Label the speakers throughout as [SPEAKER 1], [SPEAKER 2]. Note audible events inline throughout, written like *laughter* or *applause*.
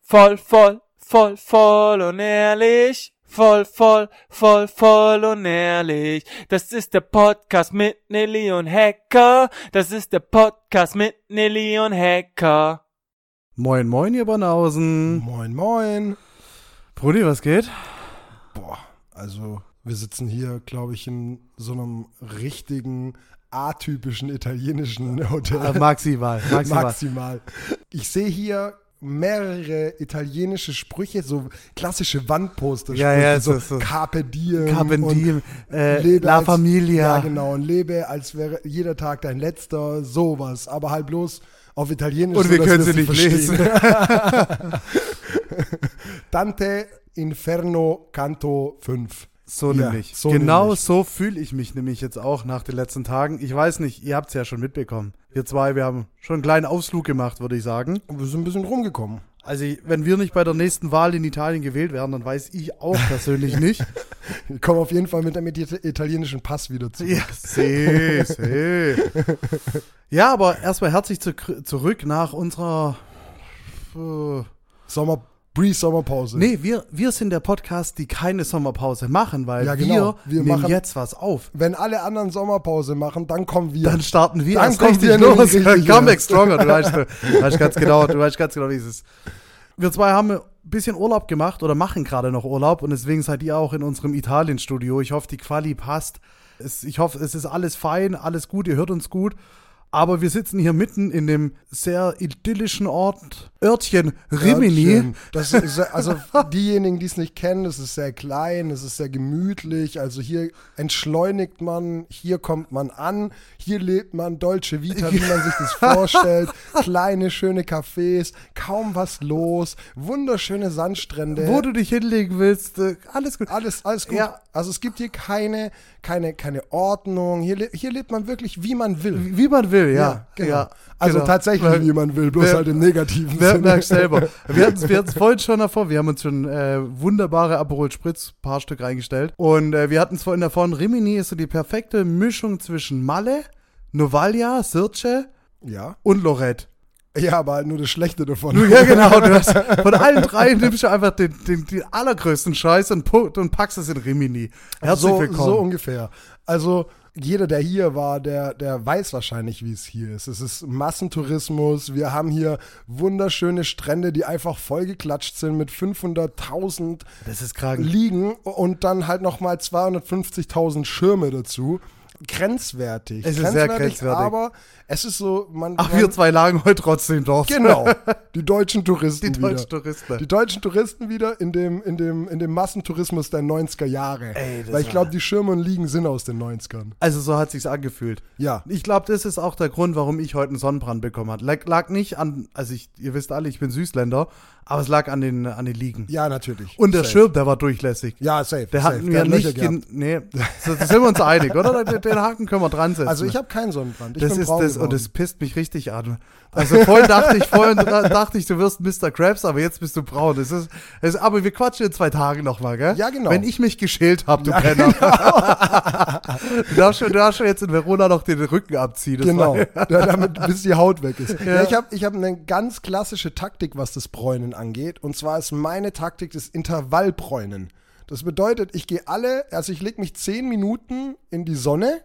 [SPEAKER 1] Voll, voll, voll, voll und ehrlich. Voll, voll, voll, voll und ehrlich. Das ist der Podcast mit Nelly und Hacker. Das ist der Podcast mit Nelly und Hacker.
[SPEAKER 2] Moin, moin, ihr Bonhausen.
[SPEAKER 3] Moin, moin.
[SPEAKER 2] Brudi, was geht?
[SPEAKER 3] Boah, also wir sitzen hier, glaube ich, in so einem richtigen atypischen italienischen
[SPEAKER 2] Äh,
[SPEAKER 3] Hotel.
[SPEAKER 2] *laughs* Maximal, maximal.
[SPEAKER 3] Maximal. Ich sehe hier mehrere italienische Sprüche, so klassische Wandposter.
[SPEAKER 2] Ja, ja,
[SPEAKER 3] so
[SPEAKER 2] es ist so.
[SPEAKER 3] Carpe Diem.
[SPEAKER 2] Carpe
[SPEAKER 3] und
[SPEAKER 2] Diem, äh,
[SPEAKER 3] lebe
[SPEAKER 2] La
[SPEAKER 3] als-
[SPEAKER 2] Familia.
[SPEAKER 3] Ja, genau. Und lebe, als wäre jeder Tag dein letzter, sowas. Aber halt bloß auf Italienisch.
[SPEAKER 2] Und wir
[SPEAKER 3] sodass
[SPEAKER 2] können sie
[SPEAKER 3] es
[SPEAKER 2] nicht
[SPEAKER 3] verstehen.
[SPEAKER 2] lesen. *laughs*
[SPEAKER 3] Dante Inferno Canto 5.
[SPEAKER 2] So
[SPEAKER 3] Ja,
[SPEAKER 2] nämlich.
[SPEAKER 3] so
[SPEAKER 2] genau
[SPEAKER 3] nämlich.
[SPEAKER 2] so fühle ich mich nämlich jetzt auch nach den letzten Tagen. Ich weiß nicht, ihr habt es ja schon mitbekommen. Wir zwei, wir haben schon einen kleinen Ausflug gemacht, würde ich sagen.
[SPEAKER 3] Wir sind ein bisschen rumgekommen.
[SPEAKER 2] Also, wenn wir nicht bei der nächsten Wahl in Italien gewählt werden, dann weiß ich auch
[SPEAKER 3] *laughs*
[SPEAKER 2] persönlich nicht.
[SPEAKER 3] Ich komme auf jeden Fall mit dem ita- italienischen Pass wieder zu.
[SPEAKER 2] Ja, seh, seh. Ja, aber erstmal herzlich zu, zurück nach unserer. Äh,
[SPEAKER 3] Sommer, Pre-Sommerpause.
[SPEAKER 2] nee, wir, wir sind der Podcast, die keine Sommerpause machen, weil
[SPEAKER 3] Ja, genau.
[SPEAKER 2] wir,
[SPEAKER 3] Wir
[SPEAKER 2] nehmen
[SPEAKER 3] machen-
[SPEAKER 2] jetzt was auf.
[SPEAKER 3] Wenn alle anderen Sommerpause machen, dann kommen wir.
[SPEAKER 2] Dann starten wir
[SPEAKER 3] Dann
[SPEAKER 2] erst
[SPEAKER 3] kommt
[SPEAKER 2] richtig
[SPEAKER 3] ihr nämlich
[SPEAKER 2] los. *laughs*
[SPEAKER 3] richtig
[SPEAKER 2] Comeback
[SPEAKER 3] erst.
[SPEAKER 2] stronger, du weißt, du weißt ganz genau, du weißt ganz genau, wie es ist. Wir zwei haben ein bisschen Urlaub gemacht oder machen gerade noch Urlaub und deswegen seid ihr auch in unserem Italien-Studio. Ich hoffe, die Quali passt. Es, ich hoffe, es ist alles fein, alles gut, ihr hört uns gut. Aber wir sitzen hier mitten in dem sehr idyllischen Ort, Örtchen Rimini.
[SPEAKER 3] Örtchen. Das ist,
[SPEAKER 2] *laughs*
[SPEAKER 3] sehr- also diejenigen, die es nicht kennen, es ist sehr klein, es ist sehr gemütlich. Also hier entschleunigt man, hier kommt man an, hier lebt man Dolce Vita, wie man sich das vorstellt. Kleine, schöne Cafés, kaum was los, wunderschöne Sandstrände.
[SPEAKER 2] Wo du dich hinlegen willst, äh, alles gut.
[SPEAKER 3] alles, alles gut.
[SPEAKER 2] Ja.
[SPEAKER 3] Also es gibt hier keine, keine, keine Ordnung. Hier, le- hier lebt man wirklich, wie man will.
[SPEAKER 2] Wie man will, ja.
[SPEAKER 3] genau.
[SPEAKER 2] ja
[SPEAKER 3] also
[SPEAKER 2] genau.
[SPEAKER 3] tatsächlich,
[SPEAKER 2] Weil-
[SPEAKER 3] wie man will, bloß
[SPEAKER 2] wer-
[SPEAKER 3] halt im negativen
[SPEAKER 2] Wer merkt selber. Wir hatten es wir hatten's *laughs* vorhin schon davor. Wir haben uns schon äh, wunderbare Aperol Spritz, paar Stück reingestellt. Und äh, wir hatten es vorhin davon. Rimini ist so die perfekte Mischung zwischen Malle, Novalia, Sirce
[SPEAKER 3] Ja.
[SPEAKER 2] und Lorette.
[SPEAKER 3] ja, aber halt nur das Schlechte davon.
[SPEAKER 2] Ja, genau. Du hast, von allen drei nimmst du einfach den, den, den allergrößten Scheiß und, pu- und packst es in Rimini. Herzlich
[SPEAKER 3] *laughs* so,
[SPEAKER 2] willkommen.
[SPEAKER 3] So ungefähr. Also jeder, der hier war, der, der weiß wahrscheinlich, wie es hier ist. Es ist Massentourismus. Wir haben hier wunderschöne Strände, die einfach vollgeklatscht sind mit 500.000
[SPEAKER 2] das ist krank.
[SPEAKER 3] Liegen und dann halt nochmal 250.000 Schirme dazu. Grenzwertig.
[SPEAKER 2] Es ist sehr grenzwertig.
[SPEAKER 3] Aber es ist so, man.
[SPEAKER 2] Ach,
[SPEAKER 3] man
[SPEAKER 2] wir zwei lagen heute trotzdem drauf.
[SPEAKER 3] genau. Die deutschen Touristen
[SPEAKER 2] Die
[SPEAKER 3] wieder.
[SPEAKER 2] deutschen Touristen.
[SPEAKER 3] Die deutschen Touristen wieder in dem, in dem, in dem Massentourismus der 90er Jahre.
[SPEAKER 2] Ey, das
[SPEAKER 3] Weil ich
[SPEAKER 2] war-
[SPEAKER 3] glaube, die Schirme und Liegen sind aus den 90ern.
[SPEAKER 2] Also so hat sich's angefühlt.
[SPEAKER 3] Ja.
[SPEAKER 2] Ich glaube, das ist auch der Grund, warum ich heute einen Sonnenbrand bekommen habe. Lag, lag nicht an, also ich, ihr wisst alle, ich bin Süßländer, aber es lag an den, an den Liegen.
[SPEAKER 3] Ja, natürlich.
[SPEAKER 2] Und der
[SPEAKER 3] Safe.
[SPEAKER 2] Schirm, der war durchlässig.
[SPEAKER 3] Ja, safe.
[SPEAKER 2] Der
[SPEAKER 3] safe.
[SPEAKER 2] hat mir
[SPEAKER 3] Löcher
[SPEAKER 2] nicht,
[SPEAKER 3] gehabt.
[SPEAKER 2] gen- nee, so, da sind wir uns einig, oder? Den, den Haken können wir dran setzen.
[SPEAKER 3] Also ich habe keinen Sonnenbrand. Ich
[SPEAKER 2] das
[SPEAKER 3] bin
[SPEAKER 2] ist
[SPEAKER 3] braun
[SPEAKER 2] das,
[SPEAKER 3] geworden.
[SPEAKER 2] und das pisst mich richtig an. Also vorhin dachte ich, vorhin da- dachte ich, du wirst Mr. Krabs, aber jetzt bist du braun. Das ist, das, aber wir quatschen in zwei Tagen nochmal, gell?
[SPEAKER 3] Ja, genau.
[SPEAKER 2] Wenn ich mich geschält habe, du Penner. *laughs* du, darfst schon, du darfst schon jetzt in Verona noch den Rücken abziehen. Das
[SPEAKER 3] Genau,
[SPEAKER 2] War,
[SPEAKER 3] *laughs* ja, damit bis die Haut weg ist. Ja.
[SPEAKER 2] Ja.
[SPEAKER 3] ich habe ich hab eine ganz klassische Taktik, was das Bräunen angeht. Und zwar ist meine Taktik das Intervallbräunen. Das bedeutet, ich gehe alle, also ich lege mich 10 Minuten in die Sonne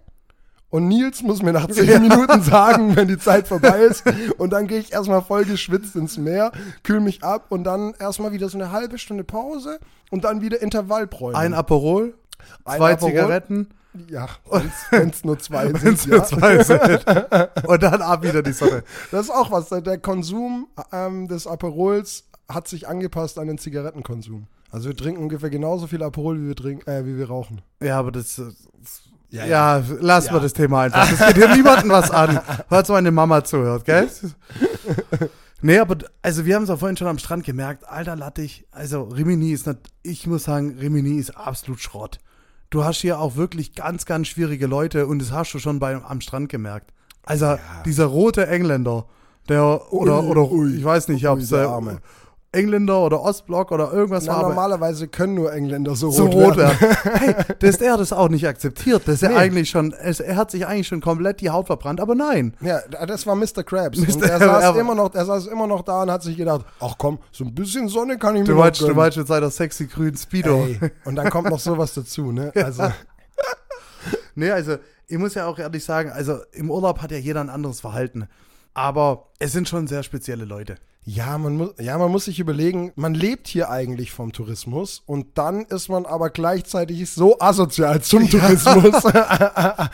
[SPEAKER 3] und Nils muss mir nach
[SPEAKER 2] *laughs*
[SPEAKER 3] 10 Minuten sagen, wenn die Zeit vorbei ist. Und dann gehe ich erstmal voll geschwitzt ins Meer, kühl mich ab und dann erstmal wieder so eine halbe Stunde Pause und dann wieder Intervallbräunen.
[SPEAKER 2] ein Aperol,
[SPEAKER 3] Ein
[SPEAKER 2] zwei
[SPEAKER 3] Aperol.
[SPEAKER 2] Zigaretten
[SPEAKER 3] Ja, wenn es nur
[SPEAKER 2] *laughs*
[SPEAKER 3] zwei
[SPEAKER 2] wenn
[SPEAKER 3] sind.
[SPEAKER 2] es
[SPEAKER 3] Ja.
[SPEAKER 2] nur zwei sind. Und dann ab wieder die Sonne.
[SPEAKER 3] Das ist auch was. Der- Der Konsum ähm, des Aperols hat sich angepasst an den Zigarettenkonsum. Also wir trinken ungefähr genauso viel Aperol, wie wir, trinken, äh, wie wir rauchen.
[SPEAKER 2] Ja, aber das. äh,
[SPEAKER 3] Ja,
[SPEAKER 2] Ja, lass mal das Thema
[SPEAKER 3] *laughs*
[SPEAKER 2] einfach. Das geht hier niemandem was an, falls meine Mama zuhört, gell? Nee, aber d- also wir haben es ja vorhin schon am Strand gemerkt, alter Lattich, also Rimini ist nicht, ich muss sagen, Rimini ist absolut Schrott. Du hast hier auch wirklich ganz, ganz schwierige Leute und das hast du schon bei, am Strand gemerkt. Also dieser rote Engländer, der, oder,
[SPEAKER 3] Ui,
[SPEAKER 2] oder
[SPEAKER 3] ui.
[SPEAKER 2] ich weiß nicht, ob
[SPEAKER 3] Ui,
[SPEAKER 2] es
[SPEAKER 3] der
[SPEAKER 2] äh,
[SPEAKER 3] Arme.
[SPEAKER 2] Engländer oder Ostblock oder irgendwas
[SPEAKER 3] Na,
[SPEAKER 2] war, aber
[SPEAKER 3] normalerweise können nur Engländer so,
[SPEAKER 2] so
[SPEAKER 3] rot,
[SPEAKER 2] rot
[SPEAKER 3] werden.
[SPEAKER 2] werden.
[SPEAKER 3] *laughs*
[SPEAKER 2] hey, dass er das auch nicht akzeptiert. Dass er
[SPEAKER 3] Nee.
[SPEAKER 2] eigentlich schon, es, er hat sich eigentlich schon komplett die Haut verbrannt, aber nein.
[SPEAKER 3] Ja, das war Mr. Krabs.
[SPEAKER 2] Mr.
[SPEAKER 3] Und er, saß
[SPEAKER 2] Aber-
[SPEAKER 3] immer noch, er saß immer noch da und hat sich gedacht, ach komm, so ein bisschen Sonne kann ich mir
[SPEAKER 2] Du
[SPEAKER 3] noch
[SPEAKER 2] meinst, du
[SPEAKER 3] gönnen.
[SPEAKER 2] meinst mit seiner sexy grünen Speedo.
[SPEAKER 3] Oh Ey, Und dann kommt noch sowas dazu, ne? Also,
[SPEAKER 2] *laughs* Nee, also ich muss ja auch ehrlich sagen, also im Urlaub hat ja jeder ein anderes Verhalten. Aber es sind schon sehr spezielle Leute.
[SPEAKER 3] ja, man muss, ja, man muss sich überlegen, man lebt hier eigentlich vom Tourismus und dann ist man aber gleichzeitig so asozial
[SPEAKER 2] *laughs*
[SPEAKER 3] zum Tourismus.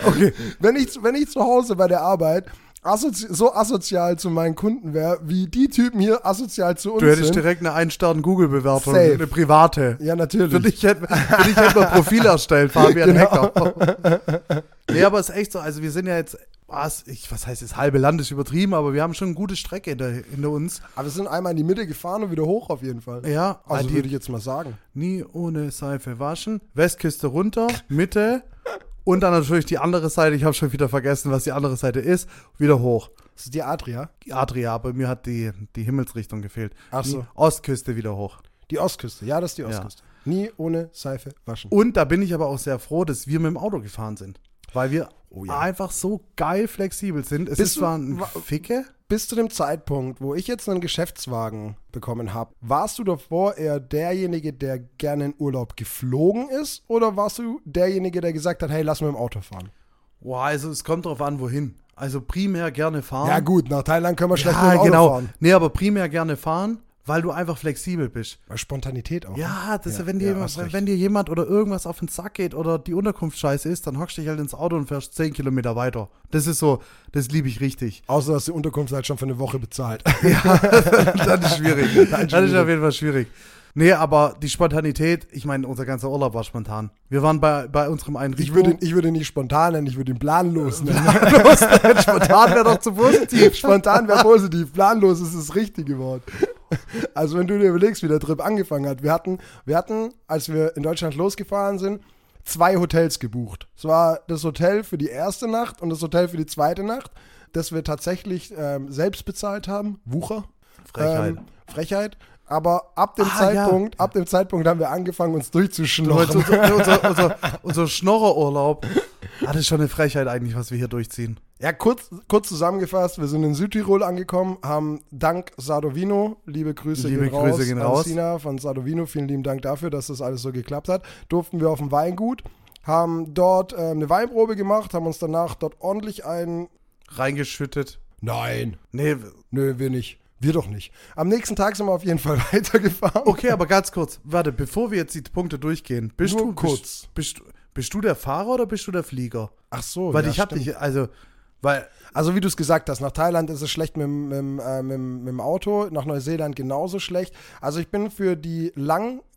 [SPEAKER 3] okay. Wenn ich, wenn ich zu Hause bei der Arbeit asozi so asozial zu meinen Kunden wäre, wie die Typen hier asozial zu uns
[SPEAKER 2] Du hättest
[SPEAKER 3] sind.
[SPEAKER 2] direkt eine Ein-Stern-Google-Bewertung,
[SPEAKER 3] Safe.
[SPEAKER 2] eine private.
[SPEAKER 3] ja, natürlich.
[SPEAKER 2] Für dich hätten für dich hätten wir ein Profil erstellt, Fabian
[SPEAKER 3] Genau.
[SPEAKER 2] Hecker. nee, aber es ist echt so, also wir sind ja jetzt, was, ich, was heißt jetzt, halbe Land ist übertrieben, aber wir haben schon eine gute Strecke hinter, hinter uns.
[SPEAKER 3] Aber wir sind einmal in die Mitte gefahren und wieder hoch auf jeden Fall.
[SPEAKER 2] Ja,
[SPEAKER 3] Also
[SPEAKER 2] die-
[SPEAKER 3] würde ich jetzt mal sagen.
[SPEAKER 2] Nie ohne Seife waschen. Westküste runter, Mitte und dann natürlich die andere Seite. Ich habe schon wieder vergessen, was die andere Seite ist. Wieder hoch.
[SPEAKER 3] Das ist die Adria.
[SPEAKER 2] Die Adria, bei mir hat die, die Himmelsrichtung gefehlt.
[SPEAKER 3] Ach so.
[SPEAKER 2] Ostküste wieder hoch.
[SPEAKER 3] Die Ostküste. Ja, das ist die Ostküste. Nie ohne Seife waschen.
[SPEAKER 2] Und da bin ich aber auch sehr froh, dass wir mit dem Auto gefahren sind. Weil wir
[SPEAKER 3] Oh ja.
[SPEAKER 2] einfach so geil flexibel sind. Es
[SPEAKER 3] Bist
[SPEAKER 2] ist
[SPEAKER 3] du-
[SPEAKER 2] zwar ein
[SPEAKER 3] wa-
[SPEAKER 2] Ficke.
[SPEAKER 3] Bis zu dem Zeitpunkt, wo ich jetzt einen Geschäftswagen bekommen habe, warst du davor eher derjenige, der gerne in Urlaub geflogen ist? Oder warst du derjenige, der gesagt hat, hey, lass mal im Auto fahren?
[SPEAKER 2] Boah, also es kommt drauf an, wohin. Also primär gerne fahren.
[SPEAKER 3] Ja gut, ah, nach Thailand können wir schlecht mit
[SPEAKER 2] ja
[SPEAKER 3] dem Auto
[SPEAKER 2] genau.
[SPEAKER 3] fahren.
[SPEAKER 2] Nee, aber primär gerne fahren, weil du einfach flexibel bist.
[SPEAKER 3] Weil Spontanität auch. ne?
[SPEAKER 2] Ja, das ist,
[SPEAKER 3] Ja,
[SPEAKER 2] wenn, dir
[SPEAKER 3] ja, hast
[SPEAKER 2] jemand,
[SPEAKER 3] recht.
[SPEAKER 2] wenn dir jemand oder irgendwas auf den Sack geht oder die Unterkunft scheiße ist, dann hockst du dich halt ins Auto und fährst 10 Kilometer weiter. Das ist so, das liebe ich richtig.
[SPEAKER 3] Außer, dass die Unterkunft halt schon für eine Woche bezahlt.
[SPEAKER 2] *laughs* das ist schwierig. *laughs* Das ist auf jeden Fall schwierig. Nee, aber die Spontanität, ich meine, unser ganzer Urlaub war spontan. Wir waren bei, bei unserem einen
[SPEAKER 3] Ich würde, ihn- ich würde ihn nicht spontan nennen, ich würde ihn planlos nennen. *laughs*
[SPEAKER 2] spontan wäre doch zu positiv.
[SPEAKER 3] Spontan wäre positiv, planlos ist das richtige Wort. Also wenn du dir überlegst, wie der Trip angefangen hat. Wir hatten, wir hatten, als wir in Deutschland losgefahren sind, zwei Hotels gebucht. Es war das Hotel für die erste Nacht und das Hotel für die zweite Nacht, das wir tatsächlich ähm, selbst bezahlt haben. Wucher. Ähm,
[SPEAKER 2] Frechheit.
[SPEAKER 3] Frechheit. Aber ab dem
[SPEAKER 2] Ah, ja.
[SPEAKER 3] Zeitpunkt, ab dem Zeitpunkt haben wir angefangen, uns
[SPEAKER 2] Unser,
[SPEAKER 3] durchzuschnorren.
[SPEAKER 2] unser, unser, unser, *laughs* unser Schnorrerurlaub. Ah, das ist schon eine Frechheit eigentlich, was wir hier durchziehen.
[SPEAKER 3] Ja, kurz, kurz zusammengefasst, wir sind in Südtirol angekommen, haben dank Sadovino, liebe Grüße,
[SPEAKER 2] Liebe
[SPEAKER 3] gehen,
[SPEAKER 2] Grüße
[SPEAKER 3] raus,
[SPEAKER 2] gehen
[SPEAKER 3] an
[SPEAKER 2] raus.
[SPEAKER 3] Sina von Sadovino, vielen lieben Dank dafür, dass das alles so geklappt hat, durften wir auf dem Weingut, haben dort äh, eine Weinprobe gemacht, haben uns danach dort ordentlich einen...
[SPEAKER 2] Reingeschüttet.
[SPEAKER 3] Nein.
[SPEAKER 2] Nee,
[SPEAKER 3] Nö, wir nicht. Wir doch nicht. Am nächsten Tag sind wir auf jeden Fall *laughs* weitergefahren.
[SPEAKER 2] okay, aber ganz kurz. Warte, bevor wir jetzt die Punkte durchgehen, bist
[SPEAKER 3] Nur
[SPEAKER 2] du
[SPEAKER 3] kurz.
[SPEAKER 2] Bist, bist, bist du der Fahrer oder bist du der Flieger?
[SPEAKER 3] Ach so,
[SPEAKER 2] Weil
[SPEAKER 3] Oh ja,
[SPEAKER 2] ich hab
[SPEAKER 3] stimmt.
[SPEAKER 2] dich, also,
[SPEAKER 3] *laughs*
[SPEAKER 2] weil
[SPEAKER 3] Also wie du es gesagt hast, nach Thailand ist es schlecht mit, dem- mit, dem, äh, mit, dem- mit dem Auto, nach Neuseeland genauso schlecht. Also ich bin für die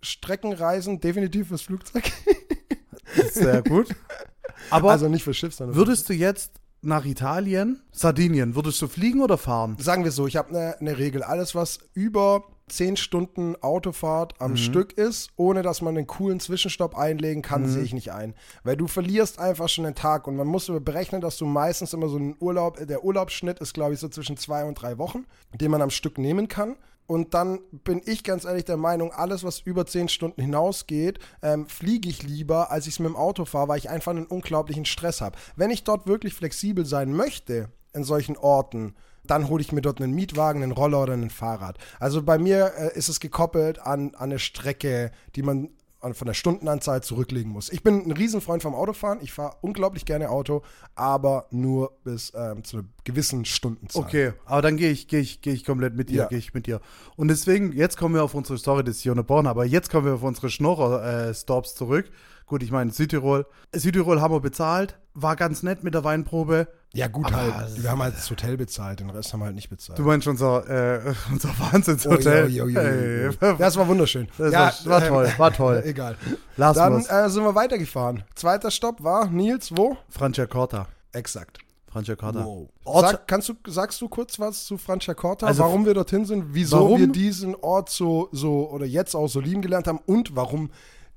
[SPEAKER 3] Langstreckenreisen definitiv fürs Flugzeug.
[SPEAKER 2] sehr gut. *laughs* Aber
[SPEAKER 3] Also nicht fürs Schiff, sondern
[SPEAKER 2] Würdest du jetzt nach Italien, Sardinien, würdest du fliegen oder fahren?
[SPEAKER 3] sagen wir so, ich habe eine ne Regel. Alles, was über 10 Stunden Autofahrt am Stück ist, ohne dass man einen coolen Zwischenstopp einlegen kann, sehe ich nicht ein. Weil du verlierst einfach schon den Tag und man muss berechnen, dass du meistens immer so einen Urlaub, äh, der Urlaubsschnitt ist, glaube ich, so zwischen zwei und drei Wochen, den man am Stück nehmen kann. Und dann bin ich ganz ehrlich der Meinung, alles, was über 10 Stunden hinausgeht, ähm, fliege ich lieber, als ich es mit dem Auto fahre, weil ich einfach einen unglaublichen Stress habe. Wenn ich dort wirklich flexibel sein möchte, in solchen Orten, dann hole ich mir dort einen Mietwagen, einen Roller oder ein Fahrrad. Also bei mir äh, ist es gekoppelt an, an eine Strecke, die man an, von der Stundenanzahl zurücklegen muss. Ich bin ein Riesenfreund vom Autofahren. Ich fahre unglaublich gerne Auto, aber nur bis ähm, zu einer gewissen Stundenzahl.
[SPEAKER 2] Okay, aber dann gehe ich, gehe ich, gehe ich komplett mit dir,
[SPEAKER 3] Ja.
[SPEAKER 2] gehe ich mit dir. Und deswegen, jetzt kommen wir auf unsere Story des Jona Born, aber jetzt kommen wir auf unsere Schnorrer-Stops zurück. Gut, ich meine Südtirol. Südtirol haben wir bezahlt, war ganz nett mit der Weinprobe.
[SPEAKER 3] Ja, gut
[SPEAKER 2] Aber-
[SPEAKER 3] halt. Wir haben halt das Hotel bezahlt, den Rest haben wir halt nicht bezahlt.
[SPEAKER 2] Du meinst unser, äh, *laughs* unser Wahnsinnshotel.
[SPEAKER 3] Ui, ui, ui, ui, ui.
[SPEAKER 2] *laughs* Ey,
[SPEAKER 3] Das war wunderschön.
[SPEAKER 2] Das war, war
[SPEAKER 3] ähm,
[SPEAKER 2] toll, war toll.
[SPEAKER 3] *laughs* Egal.
[SPEAKER 2] Lass
[SPEAKER 3] Dann
[SPEAKER 2] uns.
[SPEAKER 3] äh, sind wir weitergefahren. Zweiter Stopp war Nils, wo?
[SPEAKER 2] Franciacorta.
[SPEAKER 3] Exakt.
[SPEAKER 2] Franciacorta.
[SPEAKER 3] Wow.
[SPEAKER 2] Ort-
[SPEAKER 3] Sag, kannst du, sagst du kurz was zu Franciacorta,
[SPEAKER 2] Also,
[SPEAKER 3] warum wir dorthin sind, wieso
[SPEAKER 2] warum-
[SPEAKER 3] wir diesen Ort so, so oder jetzt auch so lieben gelernt haben und warum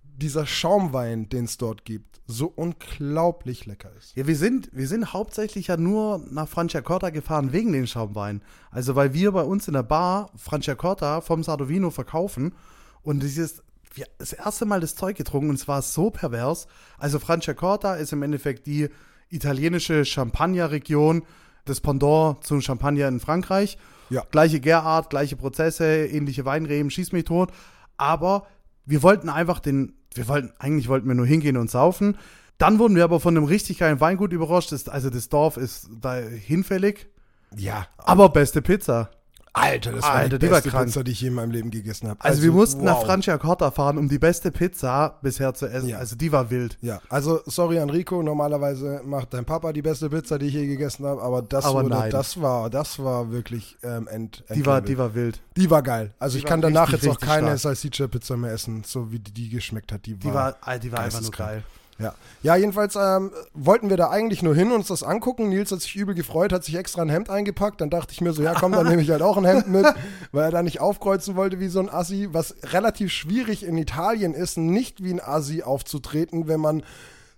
[SPEAKER 3] dieser Schaumwein, den es dort gibt, so unglaublich lecker ist.
[SPEAKER 2] Ja, wir sind, wir sind hauptsächlich ja nur nach Franciacorta gefahren wegen den Schaumwein. Also weil wir bei uns in der Bar Franciacorta vom Sadovino verkaufen und dieses wir haben das erste Mal das Zeug getrunken und es war so pervers. Also Franciacorta ist im Endeffekt die italienische Champagnerregion, das Pendant zum Champagner in Frankreich.
[SPEAKER 3] Ja.
[SPEAKER 2] Gleiche Gärart, gleiche Prozesse, ähnliche Weinreben, schieß mich tot. Aber wir wollten einfach den, wir wollten, eigentlich wollten wir nur hingehen und saufen. Dann wurden wir aber von einem richtig geilen Weingut überrascht. Das, also das Dorf ist da hinfällig.
[SPEAKER 3] Ja.
[SPEAKER 2] Aber beste Pizza.
[SPEAKER 3] Alter, das war
[SPEAKER 2] Alter,
[SPEAKER 3] die
[SPEAKER 2] die war
[SPEAKER 3] beste
[SPEAKER 2] krank.
[SPEAKER 3] Pizza, die ich je in meinem Leben gegessen habe.
[SPEAKER 2] Also, wir mussten nach
[SPEAKER 3] wow.
[SPEAKER 2] Franciacorta fahren, um die beste Pizza bisher zu essen.
[SPEAKER 3] Ja.
[SPEAKER 2] Also die war wild.
[SPEAKER 3] Ja, also sorry Enrico, normalerweise macht dein Papa die beste Pizza, die ich je gegessen habe, aber das
[SPEAKER 2] Aber
[SPEAKER 3] wurde,
[SPEAKER 2] nein.
[SPEAKER 3] das war, das war wirklich ähm, end,
[SPEAKER 2] Die war, die war wild.
[SPEAKER 3] die war geil. Also ich
[SPEAKER 2] war
[SPEAKER 3] kann danach
[SPEAKER 2] richtig,
[SPEAKER 3] jetzt auch
[SPEAKER 2] richtig
[SPEAKER 3] keine
[SPEAKER 2] stark.
[SPEAKER 3] Salsiccia Pizza mehr essen, so wie die, die geschmeckt hat. Die war,
[SPEAKER 2] Die war, ah, die war einfach nur
[SPEAKER 3] geisteskrank.
[SPEAKER 2] geil.
[SPEAKER 3] Ja. ja, jedenfalls ähm, wollten wir da eigentlich nur hin und uns das angucken. Nils hat sich übel gefreut, hat sich extra ein Hemd eingepackt. Dann dachte ich mir so, ja komm, dann nehme ich halt auch ein
[SPEAKER 2] *laughs*
[SPEAKER 3] Hemd mit, weil er da nicht aufkreuzen wollte wie so ein Assi, was relativ schwierig in Italien ist, nicht wie ein Assi aufzutreten, wenn man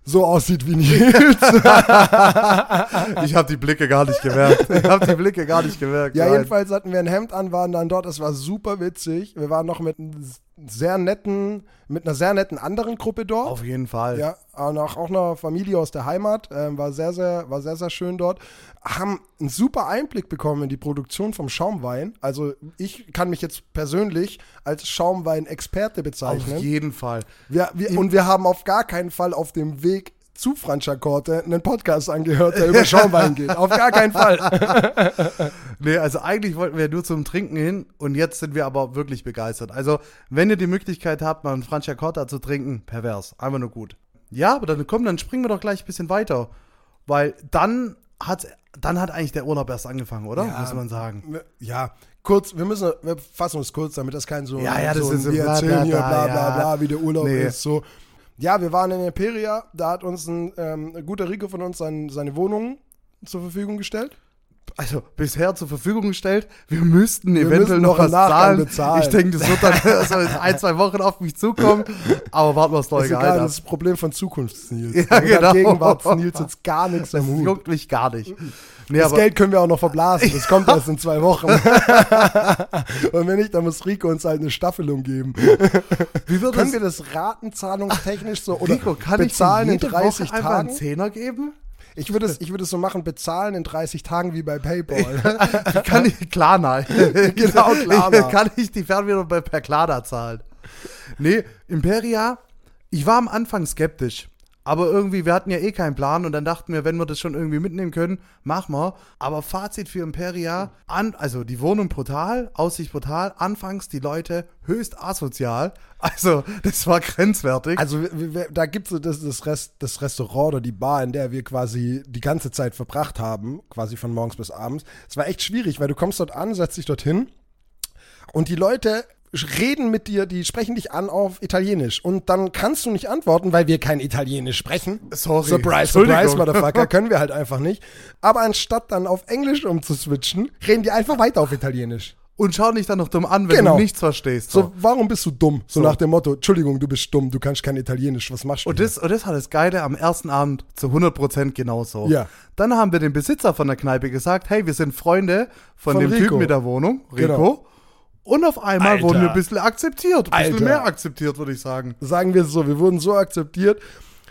[SPEAKER 3] so aussieht wie Nils.
[SPEAKER 2] *laughs* Ich habe die Blicke gar nicht gemerkt. Ich habe die Blicke gar
[SPEAKER 3] *laughs*
[SPEAKER 2] nicht gemerkt.
[SPEAKER 3] Ja,
[SPEAKER 2] Nein.
[SPEAKER 3] jedenfalls hatten wir ein Hemd an, waren dann dort. Es war super witzig. Wir waren noch mit einem sehr netten, mit einer sehr netten anderen Gruppe dort.
[SPEAKER 2] Auf jeden Fall.
[SPEAKER 3] Ja, und auch, auch eine Familie aus der Heimat. Ähm, war, sehr, sehr, war sehr, sehr schön dort. Haben einen super Einblick bekommen in die Produktion vom Schaumwein. Also ich kann mich jetzt persönlich als Schaumwein-Experte
[SPEAKER 2] Auf
[SPEAKER 3] bezeichnen.
[SPEAKER 2] jeden Fall.
[SPEAKER 3] Wir, wir, und wir haben auf gar keinen Fall auf dem Weg zu Franciacorte einen Podcast angehört, der über Schaumwein geht. Auf gar keinen Fall.
[SPEAKER 2] Nee, also eigentlich wollten wir nur zum Trinken hin und jetzt sind wir aber wirklich begeistert. Also, wenn ihr die Möglichkeit habt, mal einen Franciacorta zu trinken, pervers. Einfach nur gut. Ja, aber dann komm, dann springen wir doch gleich ein bisschen weiter. Weil dann hat, dann hat eigentlich der Urlaub erst angefangen, oder?
[SPEAKER 3] Ja.
[SPEAKER 2] Muss man sagen.
[SPEAKER 3] Ne, Ja, kurz, wir müssen, wir fassen uns kurz, damit das kein so,
[SPEAKER 2] Ja, ja, das
[SPEAKER 3] so
[SPEAKER 2] ist so
[SPEAKER 3] wir
[SPEAKER 2] bla,
[SPEAKER 3] erzählen
[SPEAKER 2] bla,
[SPEAKER 3] hier
[SPEAKER 2] bla,
[SPEAKER 3] bla bla
[SPEAKER 2] ja.
[SPEAKER 3] bla, wie der Urlaub
[SPEAKER 2] Nee.
[SPEAKER 3] ist, so. Ja, wir waren in Imperia, da hat uns ein ähm, guter Rico von uns sein, seine Wohnung zur Verfügung gestellt.
[SPEAKER 2] Also, bisher zur Verfügung gestellt, wir müssten eventuell
[SPEAKER 3] müssen
[SPEAKER 2] noch
[SPEAKER 3] noch im
[SPEAKER 2] was
[SPEAKER 3] Nachgang
[SPEAKER 2] zahlen.
[SPEAKER 3] bezahlen.
[SPEAKER 2] Ich denke, das wird
[SPEAKER 3] *laughs*
[SPEAKER 2] dann erst in ein, zwei Wochen auf mich zukommen. Aber warten wir es doch
[SPEAKER 3] Das ist
[SPEAKER 2] egal.
[SPEAKER 3] egal, das
[SPEAKER 2] Das,
[SPEAKER 3] ist das Problem von
[SPEAKER 2] *laughs*
[SPEAKER 3] Zukunfts-Nils. Also
[SPEAKER 2] Ja,
[SPEAKER 3] Damit hat
[SPEAKER 2] genau.
[SPEAKER 3] Gegenwarts-Nils jetzt gar nichts am
[SPEAKER 2] das
[SPEAKER 3] Hut.
[SPEAKER 2] juckt mich gar nicht. Nee,
[SPEAKER 3] Das Geld können wir auch noch verblasen, das kommt erst in
[SPEAKER 2] *laughs*
[SPEAKER 3] zwei Wochen. Und wenn nicht, dann muss Rico uns halt eine Staffelung geben.
[SPEAKER 2] wie wird das
[SPEAKER 3] Können wir das ratenzahlungstechnisch so oder
[SPEAKER 2] Rico, kann
[SPEAKER 3] bezahlen
[SPEAKER 2] ich dir
[SPEAKER 3] in
[SPEAKER 2] jede
[SPEAKER 3] 30
[SPEAKER 2] Woche einfach
[SPEAKER 3] Tagen?
[SPEAKER 2] einen Zehner geben?
[SPEAKER 3] Ich
[SPEAKER 2] *laughs*
[SPEAKER 3] würde es, ich würde es so machen, bezahlen in 30 Tagen wie bei PayPal.
[SPEAKER 2] Ich kann ich Klarna.
[SPEAKER 3] *laughs* Genau, Klarna.
[SPEAKER 2] Ich, kann ich die Fernbedienung bei- per Klarna zahlen? Nee, Imperia, ich war am Anfang skeptisch. Aber irgendwie, wir hatten ja eh keinen Plan und dann dachten wir, wenn wir das schon irgendwie mitnehmen können, machen wir. Aber Fazit für Imperia, an, also die Wohnung brutal, Aussicht brutal, anfangs die Leute höchst asozial. Also, das war grenzwertig.
[SPEAKER 3] *laughs* Also wir, wir, da gibt es das, das, Rest, das Restaurant oder die Bar, in der wir quasi die ganze Zeit verbracht haben, quasi von morgens bis abends. Es war echt schwierig, weil du kommst dort an, setzt dich dorthin und die Leute reden mit dir, die sprechen dich an auf Italienisch und dann kannst du nicht antworten, weil wir kein Italienisch sprechen.
[SPEAKER 2] Sorry.
[SPEAKER 3] Surprise,
[SPEAKER 2] Entschuldigung.
[SPEAKER 3] surprise,
[SPEAKER 2] *laughs*
[SPEAKER 3] Motherfucker, können wir halt einfach nicht. Aber anstatt dann auf Englisch umzuswitchen, reden die einfach weiter auf Italienisch.
[SPEAKER 2] und schau dich dann noch dumm an, wenn
[SPEAKER 3] Genau.
[SPEAKER 2] du nichts verstehst.
[SPEAKER 3] So, warum bist du dumm? So,
[SPEAKER 2] So.
[SPEAKER 3] nach dem Motto, Entschuldigung, du bist dumm, du kannst kein Italienisch, was machst du?
[SPEAKER 2] Und
[SPEAKER 3] hier?
[SPEAKER 2] das, und das war das Geile am ersten Abend zu 100% genauso.
[SPEAKER 3] Ja.
[SPEAKER 2] Dann haben wir dem Besitzer von der Kneipe gesagt, hey, wir sind Freunde von,
[SPEAKER 3] Von
[SPEAKER 2] dem
[SPEAKER 3] Rico.
[SPEAKER 2] Typen mit der Wohnung, Rico.
[SPEAKER 3] Genau.
[SPEAKER 2] Und auf einmal
[SPEAKER 3] Alter.
[SPEAKER 2] wurden wir ein bisschen akzeptiert. Ein
[SPEAKER 3] Alter.
[SPEAKER 2] bisschen mehr akzeptiert, würde ich sagen.
[SPEAKER 3] sagen wir es so, wir wurden so akzeptiert,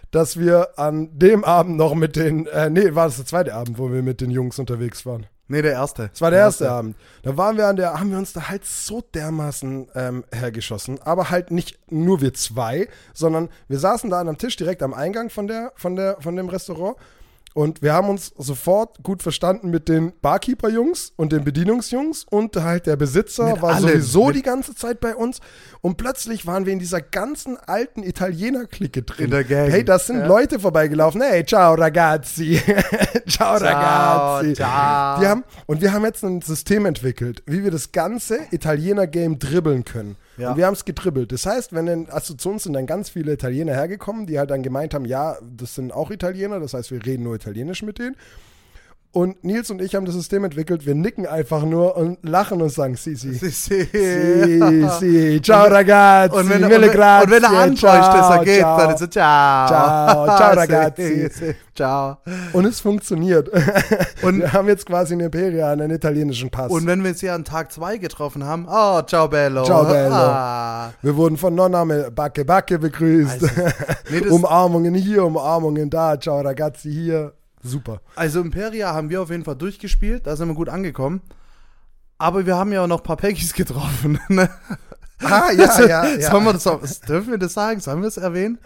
[SPEAKER 3] dass wir an dem Abend noch mit den, äh, nee, war das der zweite Abend, wo wir mit den Jungs unterwegs waren.
[SPEAKER 2] Nee, der erste.
[SPEAKER 3] Das war der erste Abend. Da waren wir an der, haben wir uns da halt so dermaßen ähm, hergeschossen, aber halt nicht nur wir zwei, sondern wir saßen da an einem Tisch direkt am Eingang von der, von der, von dem Restaurant. Und wir haben uns sofort gut verstanden mit den Barkeeper-Jungs und den Bedienungsjungs und halt der Besitzer
[SPEAKER 2] Mit
[SPEAKER 3] war
[SPEAKER 2] allen.
[SPEAKER 3] sowieso
[SPEAKER 2] Mit-
[SPEAKER 3] die ganze Zeit bei uns. Und plötzlich waren wir in dieser ganzen alten Italiener-Clique drin.
[SPEAKER 2] In der Gang.
[SPEAKER 3] Hey, da sind
[SPEAKER 2] Ja.
[SPEAKER 3] Leute vorbeigelaufen. Hey, ciao ragazzi. *laughs* ciao, ragazzi.
[SPEAKER 2] ciao.
[SPEAKER 3] Die haben, und wir haben jetzt ein System entwickelt, wie wir das ganze Italiener-Game dribbeln können.
[SPEAKER 2] Ja.
[SPEAKER 3] Und wir haben es gedribbelt. Das heißt, wenn dann, also zu uns sind dann ganz viele Italiener hergekommen, die halt dann gemeint haben, ja, das sind auch Italiener, das heißt, wir reden nur Italienisch mit denen. Und Nils und ich haben das System entwickelt. Wir nicken einfach nur und lachen und sagen si, si. Si,
[SPEAKER 2] Sie, sie.
[SPEAKER 3] si. Ciao, ragazzi.
[SPEAKER 2] Und wenn, er- und,
[SPEAKER 3] mille
[SPEAKER 2] wenn, und wenn er
[SPEAKER 3] grazie.
[SPEAKER 2] antäuscht ist,
[SPEAKER 3] Ciao,
[SPEAKER 2] er geht,
[SPEAKER 3] ciao.
[SPEAKER 2] dann ist er ciao.
[SPEAKER 3] Ciao. Ciao,
[SPEAKER 2] *laughs*
[SPEAKER 3] ragazzi.
[SPEAKER 2] Sie, sie. Ciao.
[SPEAKER 3] Und es funktioniert.
[SPEAKER 2] Und-
[SPEAKER 3] Und wir haben jetzt quasi einen Imperia, einen italienischen Pass.
[SPEAKER 2] Und wenn wir uns hier an Tag 2 getroffen haben, oh, ciao bello.
[SPEAKER 3] Ciao, bello.
[SPEAKER 2] Ah.
[SPEAKER 3] wir wurden von Nonna mit Backe Backe begrüßt.
[SPEAKER 2] Nee, das,
[SPEAKER 3] Um Umarmungen hier, Umarmungen da. Ciao, ragazzi hier. Super.
[SPEAKER 2] also Imperia haben wir auf jeden Fall durchgespielt, da sind wir gut angekommen. Aber wir haben ja auch noch ein paar Peggy's getroffen. *laughs* Ne?
[SPEAKER 3] Ah, ja, ja, *laughs* ja.
[SPEAKER 2] Sollen wir das, auch- dürfen wir das sagen? Sollen wir es erwähnen?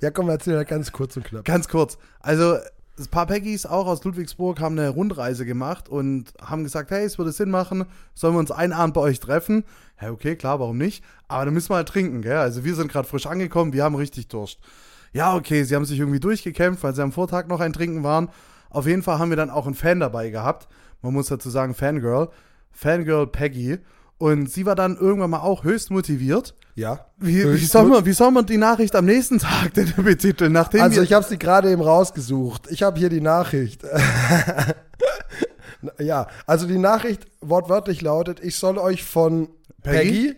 [SPEAKER 3] Ja, komm, erzähl halt ganz kurz und knapp.
[SPEAKER 2] Ganz kurz. Also, ein paar Peggy's auch aus Ludwigsburg haben eine Rundreise gemacht und haben gesagt, hey, es würde Sinn machen, sollen wir uns einen Abend bei euch treffen? Ja, okay, klar, warum nicht? Aber dann müssen wir halt trinken, gell? Also, wir sind gerade frisch angekommen, wir haben richtig Durst. Ja, okay, sie haben sich irgendwie durchgekämpft, weil sie am Vortag noch ein Trinken waren. Auf jeden Fall haben wir dann auch einen Fan dabei gehabt. Man muss dazu sagen, Fangirl. Fangirl Peggy. Und sie war dann irgendwann mal auch höchst motiviert.
[SPEAKER 3] Ja.
[SPEAKER 2] Wie, wie, soll, man, wie soll man die Nachricht am nächsten Tag denn *laughs* betiteln? Nachdem
[SPEAKER 3] Also
[SPEAKER 2] wir-
[SPEAKER 3] ich habe sie gerade eben rausgesucht. Ich habe hier die Nachricht. *laughs* ja, also die Nachricht wortwörtlich lautet, ich soll euch von
[SPEAKER 2] Peggy?
[SPEAKER 3] Peggy,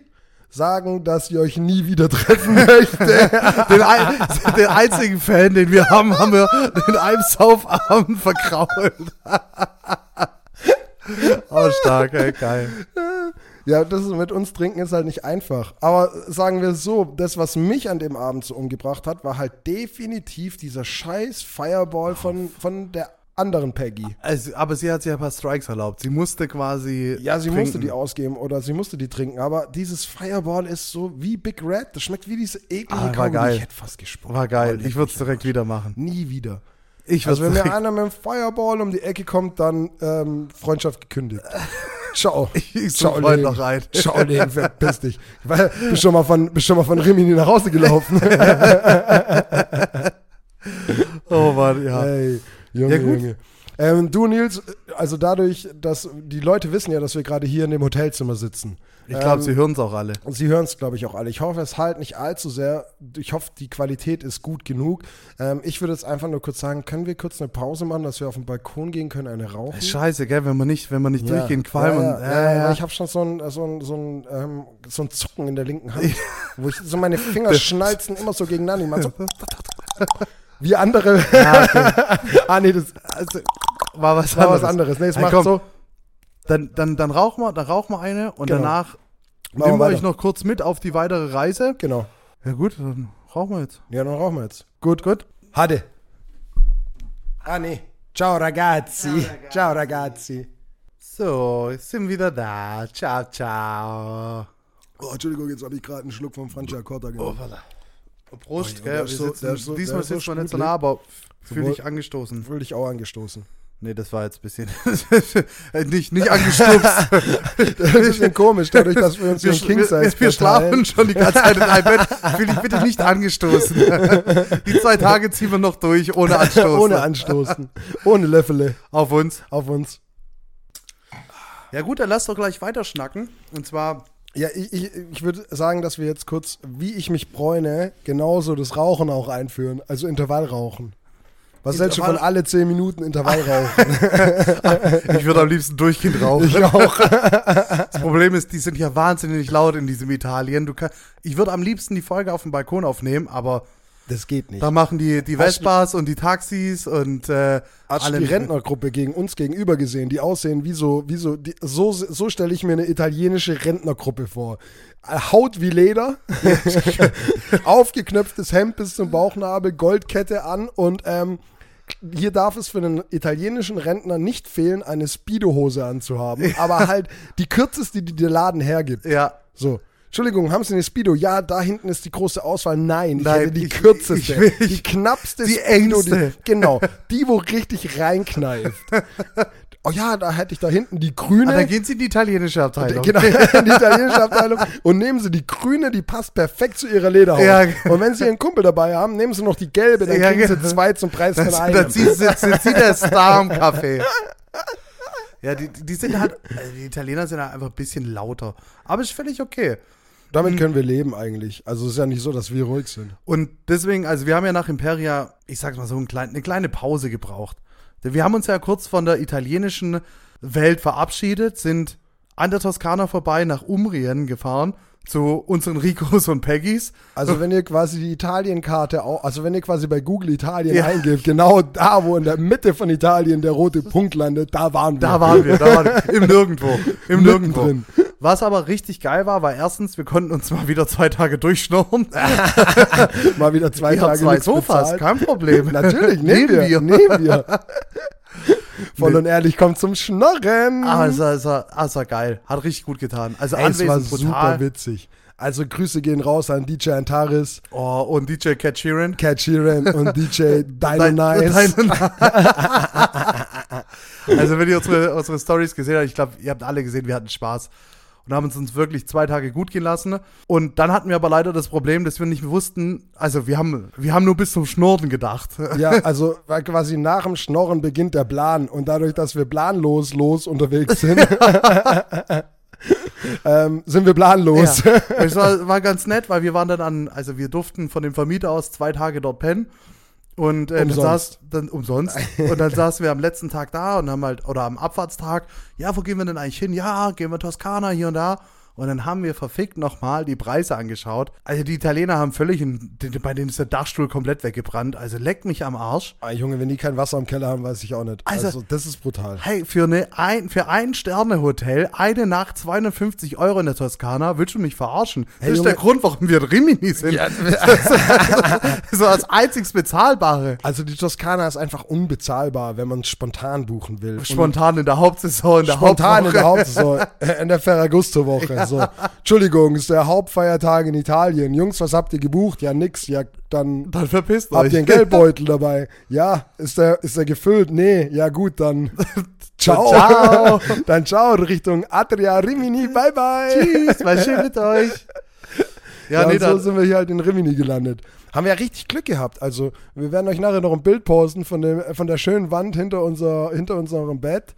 [SPEAKER 3] sagen, dass ich euch nie wieder treffen *laughs* möchte.
[SPEAKER 2] den, ein, den einzigen Fan, den wir haben, haben wir in einem Saufabend
[SPEAKER 3] *laughs*
[SPEAKER 2] verkrault.
[SPEAKER 3] Oh,
[SPEAKER 2] Aber stark, ey, geil.
[SPEAKER 3] ja, das ist, mit uns trinken ist halt nicht einfach. Aber sagen wir es so, das, was mich an dem Abend so umgebracht hat, war halt definitiv dieser scheiß Fireball von, von der anderen Peggy.
[SPEAKER 2] Also, aber sie hat sich ein paar Strikes erlaubt. Sie musste quasi.
[SPEAKER 3] Ja, sie musste die
[SPEAKER 2] auch.
[SPEAKER 3] ausgeben oder sie musste die trinken, aber dieses Fireball ist so wie Big Red. Das schmeckt wie diese eklige
[SPEAKER 2] Ah, war
[SPEAKER 3] Kaugummi.
[SPEAKER 2] geil.
[SPEAKER 3] Ich hätte fast gespuckt.
[SPEAKER 2] War geil.
[SPEAKER 3] Oh,
[SPEAKER 2] Ich würde es direkt wieder machen.
[SPEAKER 3] Nie wieder.
[SPEAKER 2] Ich
[SPEAKER 3] Also
[SPEAKER 2] würde
[SPEAKER 3] wenn
[SPEAKER 2] es
[SPEAKER 3] mir
[SPEAKER 2] direkt.
[SPEAKER 3] einer mit dem Fireball um die Ecke kommt, dann ähm, Freundschaft gekündigt. Ciao.
[SPEAKER 2] *laughs* Ich
[SPEAKER 3] Ciao,
[SPEAKER 2] suche heute
[SPEAKER 3] Leben.
[SPEAKER 2] noch rein.
[SPEAKER 3] Ciao, Leben, verpiss dich. Weil, bist schon mal von, bist schon mal von Rimini nach
[SPEAKER 2] *laughs*
[SPEAKER 3] Hause gelaufen.
[SPEAKER 2] *laughs* Oh Mann, ja.
[SPEAKER 3] Ey, Junge,
[SPEAKER 2] Ja, gut.
[SPEAKER 3] Junge. Ähm, du, Nils, also dadurch, dass die Leute wissen ja, dass wir gerade hier in dem Hotelzimmer sitzen.
[SPEAKER 2] Ich glaube,
[SPEAKER 3] Ähm,
[SPEAKER 2] sie hören es auch alle.
[SPEAKER 3] Und Sie hören es, glaube ich, auch alle. Ich hoffe, es halt nicht allzu sehr. Ich hoffe, die Qualität ist gut genug. Ähm, ich würde jetzt einfach nur kurz sagen, können wir kurz eine Pause machen, dass wir auf den Balkon gehen können, eine rauchen?
[SPEAKER 2] Scheiße, gell, wenn man nicht, wenn man äh, nicht
[SPEAKER 3] Ja.
[SPEAKER 2] durchgehen, Qualm
[SPEAKER 3] ja,
[SPEAKER 2] und.
[SPEAKER 3] ja, ja, ja. Ich habe schon so ein, so, ein, so, ein, ähm, so ein Zucken in der linken Hand, wo ich so meine Finger schnalzen immer so gegeneinander. Ich mach so wie andere. *laughs* ah, nee, das also,
[SPEAKER 2] war was
[SPEAKER 3] war
[SPEAKER 2] anderes.
[SPEAKER 3] was anderes. Nee, es
[SPEAKER 2] Hey,
[SPEAKER 3] macht
[SPEAKER 2] komm,
[SPEAKER 3] so.
[SPEAKER 2] Dann, dann, dann rauchen wir, dann rauchen wir eine und
[SPEAKER 3] Genau.
[SPEAKER 2] danach
[SPEAKER 3] Machen wir
[SPEAKER 2] nehmen wir euch
[SPEAKER 3] weiter.
[SPEAKER 2] noch kurz mit auf die weitere Reise.
[SPEAKER 3] Genau.
[SPEAKER 2] Ja gut, dann rauchen wir jetzt.
[SPEAKER 3] Ja, dann rauchen wir jetzt. Gut, gut. Hatte. Ah, nee. Ciao ragazzi. Ciao ragazzi.
[SPEAKER 2] So, jetzt sind wieder da. Ciao, ciao.
[SPEAKER 3] Oh, Entschuldigung, jetzt habe ich gerade einen Schluck vom Francia Corta genommen.
[SPEAKER 2] Prost,
[SPEAKER 3] Oh,
[SPEAKER 2] gell?
[SPEAKER 3] der
[SPEAKER 2] Wir
[SPEAKER 3] ist so- der
[SPEAKER 2] sitzen,
[SPEAKER 3] ist
[SPEAKER 2] diesmal
[SPEAKER 3] so- der ist so
[SPEAKER 2] sitzt man nicht so
[SPEAKER 3] schmuddelig.
[SPEAKER 2] nah, aber fühle
[SPEAKER 3] Sowohl-
[SPEAKER 2] dich angestoßen.
[SPEAKER 3] Fühl dich auch angestoßen.
[SPEAKER 2] Nee, das war jetzt ein *laughs* bisschen. Äh, nicht, nicht *laughs* angestupst.
[SPEAKER 3] *laughs* Das ist ein bisschen komisch, dadurch, dass wir uns
[SPEAKER 2] wir,
[SPEAKER 3] den king
[SPEAKER 2] wir,
[SPEAKER 3] size
[SPEAKER 2] wir, wir schlafen schon die ganze Zeit in einem Bett. Fühl dich bitte nicht *laughs* angestoßen. die zwei Tage ziehen wir noch durch, ohne Anstoßen.
[SPEAKER 3] *laughs* Ohne Anstoßen. Ohne Löffele
[SPEAKER 2] Auf uns.
[SPEAKER 3] auf uns.
[SPEAKER 2] Ja gut, dann lass doch gleich weiter schnacken. Und zwar
[SPEAKER 3] Ja, ich, ich, ich würde sagen, dass wir jetzt kurz, wie ich mich bräune, genauso das Rauchen auch einführen. Also Intervallrauchen. Was hältst du von
[SPEAKER 2] Intervall-
[SPEAKER 3] alle 10 Minuten Intervallrauchen?
[SPEAKER 2] Ich würde am liebsten durchgehend rauchen.
[SPEAKER 3] ich auch.
[SPEAKER 2] Das Problem ist, die sind ja wahnsinnig laut in diesem Italien. Du kann, ich würde am liebsten die Folge auf dem Balkon aufnehmen, aber
[SPEAKER 3] Das geht nicht.
[SPEAKER 2] da machen die, die Vespas und die Taxis und äh,
[SPEAKER 3] Hast du
[SPEAKER 2] alle
[SPEAKER 3] die Rentnergruppe gegen uns gegenüber gesehen, die aussehen wie so, wie so, die, so, so stelle ich mir eine italienische Rentnergruppe vor. Haut wie Leder, aufgeknöpftes Hemd bis zum Bauchnabel, Goldkette an und ähm, hier darf es für einen italienischen Rentner nicht fehlen, eine Speedo-Hose anzuhaben, aber halt die kürzeste, die der Laden hergibt.
[SPEAKER 2] Ja. Ah,
[SPEAKER 3] So. Entschuldigung, haben Sie eine Speedo? Ja, da hinten ist die große Auswahl. Nein,
[SPEAKER 2] Nein,
[SPEAKER 3] ich hätte die
[SPEAKER 2] ich-
[SPEAKER 3] kürzeste,
[SPEAKER 2] ich will-
[SPEAKER 3] die knappste
[SPEAKER 2] die
[SPEAKER 3] Speedo,
[SPEAKER 2] engste.
[SPEAKER 3] Die, genau, die, wo
[SPEAKER 2] *laughs*
[SPEAKER 3] richtig reinkneift. oh ja, da hätte ich da hinten die grüne.
[SPEAKER 2] Ah, dann gehen sie in die italienische Abteilung.
[SPEAKER 3] Genau, *laughs* die italienische Abteilung. Und nehmen Sie die grüne, die passt perfekt zu Ihrer Lederhaut.
[SPEAKER 2] Ja.
[SPEAKER 3] Und wenn Sie Ihren Kumpel dabei haben, nehmen Sie noch die gelbe, dann
[SPEAKER 2] Ja,
[SPEAKER 3] kriegen Sie
[SPEAKER 2] genau.
[SPEAKER 3] zwei zum Preis von
[SPEAKER 2] Das,
[SPEAKER 3] einem.
[SPEAKER 2] das, sind, sind, sind sie der Star im Café. Ja, die, die sind halt, also die Italiener sind halt einfach ein bisschen lauter. Aber ist völlig okay.
[SPEAKER 3] Damit können wir leben eigentlich. Also es ist ja nicht so, dass wir ruhig sind.
[SPEAKER 2] Und deswegen, also wir haben ja nach Imperia, ich sag's mal so, ein klein, eine kleine Pause gebraucht. Wir haben uns ja kurz von der italienischen Welt verabschiedet, sind an der Toskana vorbei nach Umbrien gefahren zu unseren Ricos und Peggys.
[SPEAKER 3] Also wenn ihr quasi die Italienkarte, au- also wenn ihr quasi bei Google Italien eingebt, genau da, wo in der Mitte von Italien der rote Punkt landet, da waren wir.
[SPEAKER 2] Da waren wir, da waren wir. Im Nirgendwo. Im Nirgendwo.
[SPEAKER 3] *laughs* Mittendrin.
[SPEAKER 2] Was aber richtig geil war, war erstens, wir konnten uns mal wieder zwei Tage durchschnurren.
[SPEAKER 3] mal wieder zwei
[SPEAKER 2] Wir haben
[SPEAKER 3] Tage
[SPEAKER 2] zwei
[SPEAKER 3] nichts
[SPEAKER 2] Sofas,
[SPEAKER 3] bezahlt.
[SPEAKER 2] kein
[SPEAKER 3] *laughs*
[SPEAKER 2] Problem. *laughs*
[SPEAKER 3] Natürlich, nehmen wir, nehmen wir. Voll
[SPEAKER 2] Nee.
[SPEAKER 3] und ehrlich, kommt zum Schnorren.
[SPEAKER 2] Ah, es war, es, war, ah, es war geil. Hat richtig gut getan. Also
[SPEAKER 3] Ey, es war
[SPEAKER 2] anwesend
[SPEAKER 3] super
[SPEAKER 2] brutal.
[SPEAKER 3] witzig. Also Grüße gehen raus an DJ Antares,
[SPEAKER 2] Oh, und DJ Cat Sheeran.
[SPEAKER 3] Cat Sheeran und DJ Dino Nice.
[SPEAKER 2] Dein- *laughs* also wenn ihr unsere, unsere Stories gesehen habt, ich glaube, ihr habt alle gesehen, wir hatten Spaß und haben es uns wirklich zwei Tage gut gehen lassen. Und dann hatten wir aber leider das Problem, dass wir nicht wussten, also wir haben, wir haben nur bis zum Schnurren gedacht.
[SPEAKER 3] Ja, also weil quasi nach dem Schnorren beginnt der Plan und dadurch, dass wir planlos los unterwegs sind, *laughs* ähm, sind wir planlos. *laughs*
[SPEAKER 2] Ja. Es war, war ganz nett, weil wir waren dann an, also wir durften von dem Vermieter aus zwei Tage dort pennen. Und äh, dann
[SPEAKER 3] Umsonst.
[SPEAKER 2] saß dann umsonst. Und dann saßen wir am letzten Tag da und haben halt, oder am Abfahrtstag, ja, wo gehen wir denn eigentlich hin? Ja, gehen wir Toskana hier und da. Und dann haben wir verfickt nochmal die Preise angeschaut. Also die Italiener haben völlig, einen- den- bei denen ist der Dachstuhl komplett weggebrannt. Also leck mich am Arsch.
[SPEAKER 3] Ah, Junge, wenn die kein Wasser im Keller haben, weiß ich auch nicht.
[SPEAKER 2] Also-
[SPEAKER 3] Also, das ist brutal.
[SPEAKER 2] Hey, für, eine ein, für ein Sterne-Hotel, eine Nacht 250 Euro in der Toskana, willst du mich verarschen? Das
[SPEAKER 3] Hey,
[SPEAKER 2] ist
[SPEAKER 3] Junge.
[SPEAKER 2] der Grund, warum wir in Rimini sind. *laughs* so als einziges Bezahlbare.
[SPEAKER 3] Also die Toskana ist einfach unbezahlbar, wenn man es spontan buchen will. Und
[SPEAKER 2] Spontan in der Hauptsaison, in der
[SPEAKER 3] spontan in der
[SPEAKER 2] Hauptwoche.
[SPEAKER 3] Hauptsaison, äh, in der Ferragusto-Woche. So. Entschuldigung, ist der Hauptfeiertag in Italien. Jungs, was habt ihr gebucht? Ja, nix. Ja, dann
[SPEAKER 2] Dann verpisst
[SPEAKER 3] habt
[SPEAKER 2] euch.
[SPEAKER 3] ihr
[SPEAKER 2] *laughs*
[SPEAKER 3] einen Geldbeutel dabei. Ja, ist der, ist der gefüllt? Nee, ja
[SPEAKER 2] *laughs*
[SPEAKER 3] gut, dann ciao.
[SPEAKER 2] Ciao.
[SPEAKER 3] *laughs* dann ciao Richtung Adria Rimini, bye bye.
[SPEAKER 2] Tschüss, war schön mit euch. Ja,
[SPEAKER 3] Ja,
[SPEAKER 2] nee,
[SPEAKER 3] und so
[SPEAKER 2] dann,
[SPEAKER 3] sind wir hier halt in Rimini gelandet. Haben wir ja richtig Glück gehabt. Also, wir werden euch nachher noch ein Bild posten von, dem, von der schönen Wand hinter, unser, hinter unserem Bett.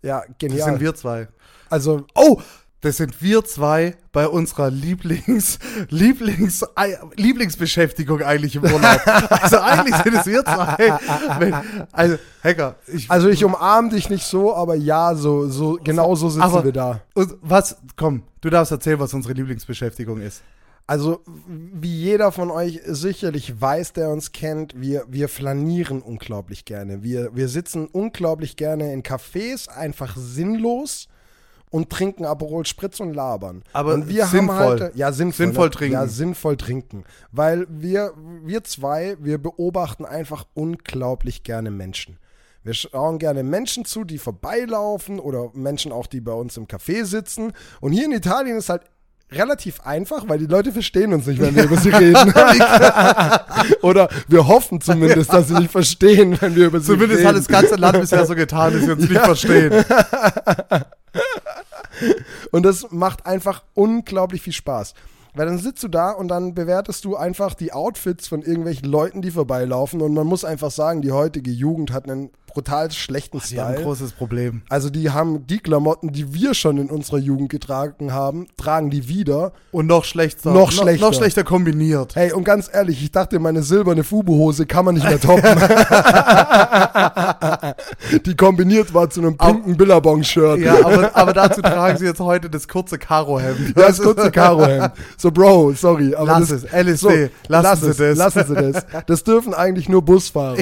[SPEAKER 3] Ja,
[SPEAKER 2] das
[SPEAKER 3] genial.
[SPEAKER 2] sind wir zwei.
[SPEAKER 3] also,
[SPEAKER 2] Oh, das sind wir zwei bei unserer Lieblings, Lieblings, Ei- Lieblingsbeschäftigung eigentlich im Urlaub. Also eigentlich sind es wir zwei. Wenn, also, Hacker, ich,
[SPEAKER 3] also ich umarme dich nicht so, aber ja, so, so genau so sitzen
[SPEAKER 2] Aber-
[SPEAKER 3] wir da.
[SPEAKER 2] und was, komm, du darfst erzählen, was unsere Lieblingsbeschäftigung ist.
[SPEAKER 3] Also, wie jeder von euch sicherlich weiß, der uns kennt, wir, wir flanieren unglaublich gerne. Wir, wir sitzen unglaublich gerne in Cafés, einfach sinnlos und trinken Aperol Spritz und labern.
[SPEAKER 2] Aber
[SPEAKER 3] und wir
[SPEAKER 2] sinnvoll.
[SPEAKER 3] haben halt, ja, sinnvoll,
[SPEAKER 2] Sinnvoll
[SPEAKER 3] ne?
[SPEAKER 2] trinken.
[SPEAKER 3] Ja, sinnvoll trinken. Weil wir, wir zwei, wir beobachten einfach unglaublich gerne Menschen. Wir schauen gerne Menschen zu, die vorbeilaufen oder Menschen auch, die bei uns im Café sitzen. Und hier in Italien ist halt relativ einfach, weil die Leute verstehen uns nicht, wenn wir über
[SPEAKER 2] *laughs*
[SPEAKER 3] sie reden. oder wir hoffen zumindest, dass sie nicht verstehen, wenn wir über sie
[SPEAKER 2] Zumindest
[SPEAKER 3] reden.
[SPEAKER 2] hat das ganze Land bisher so getan, dass wir uns nicht verstehen.
[SPEAKER 3] Und das macht einfach unglaublich viel Spaß. Weil dann sitzt du da und dann bewertest du einfach die Outfits von irgendwelchen Leuten, die vorbeilaufen. Und man muss einfach sagen, die heutige Jugend hat einen brutal schlechten
[SPEAKER 2] Sie Ah, haben ein
[SPEAKER 3] Style.
[SPEAKER 2] großes Problem.
[SPEAKER 3] Also die haben die Klamotten, die wir schon in unserer Jugend getragen haben, tragen die wieder.
[SPEAKER 2] Und noch schlechter.
[SPEAKER 3] Noch schlechter.
[SPEAKER 2] Noch schlechter kombiniert.
[SPEAKER 3] Hey, und ganz ehrlich, ich dachte, meine silberne Fubu-Hose kann man nicht mehr
[SPEAKER 2] *laughs*
[SPEAKER 3] toppen. die kombiniert war zu einem pinken Billabong-Shirt.
[SPEAKER 2] Ja, aber, aber dazu tragen sie jetzt heute das kurze Karohemd.
[SPEAKER 3] Ja, das kurze Karohemd. So, Bro, sorry. Aber
[SPEAKER 2] *laughs* Lass
[SPEAKER 3] das,
[SPEAKER 2] es, LSD,
[SPEAKER 3] so,
[SPEAKER 2] lassen Sie
[SPEAKER 3] es,
[SPEAKER 2] das.
[SPEAKER 3] Lassen Sie das. Das dürfen eigentlich
[SPEAKER 2] *laughs*
[SPEAKER 3] nur Busfahrer.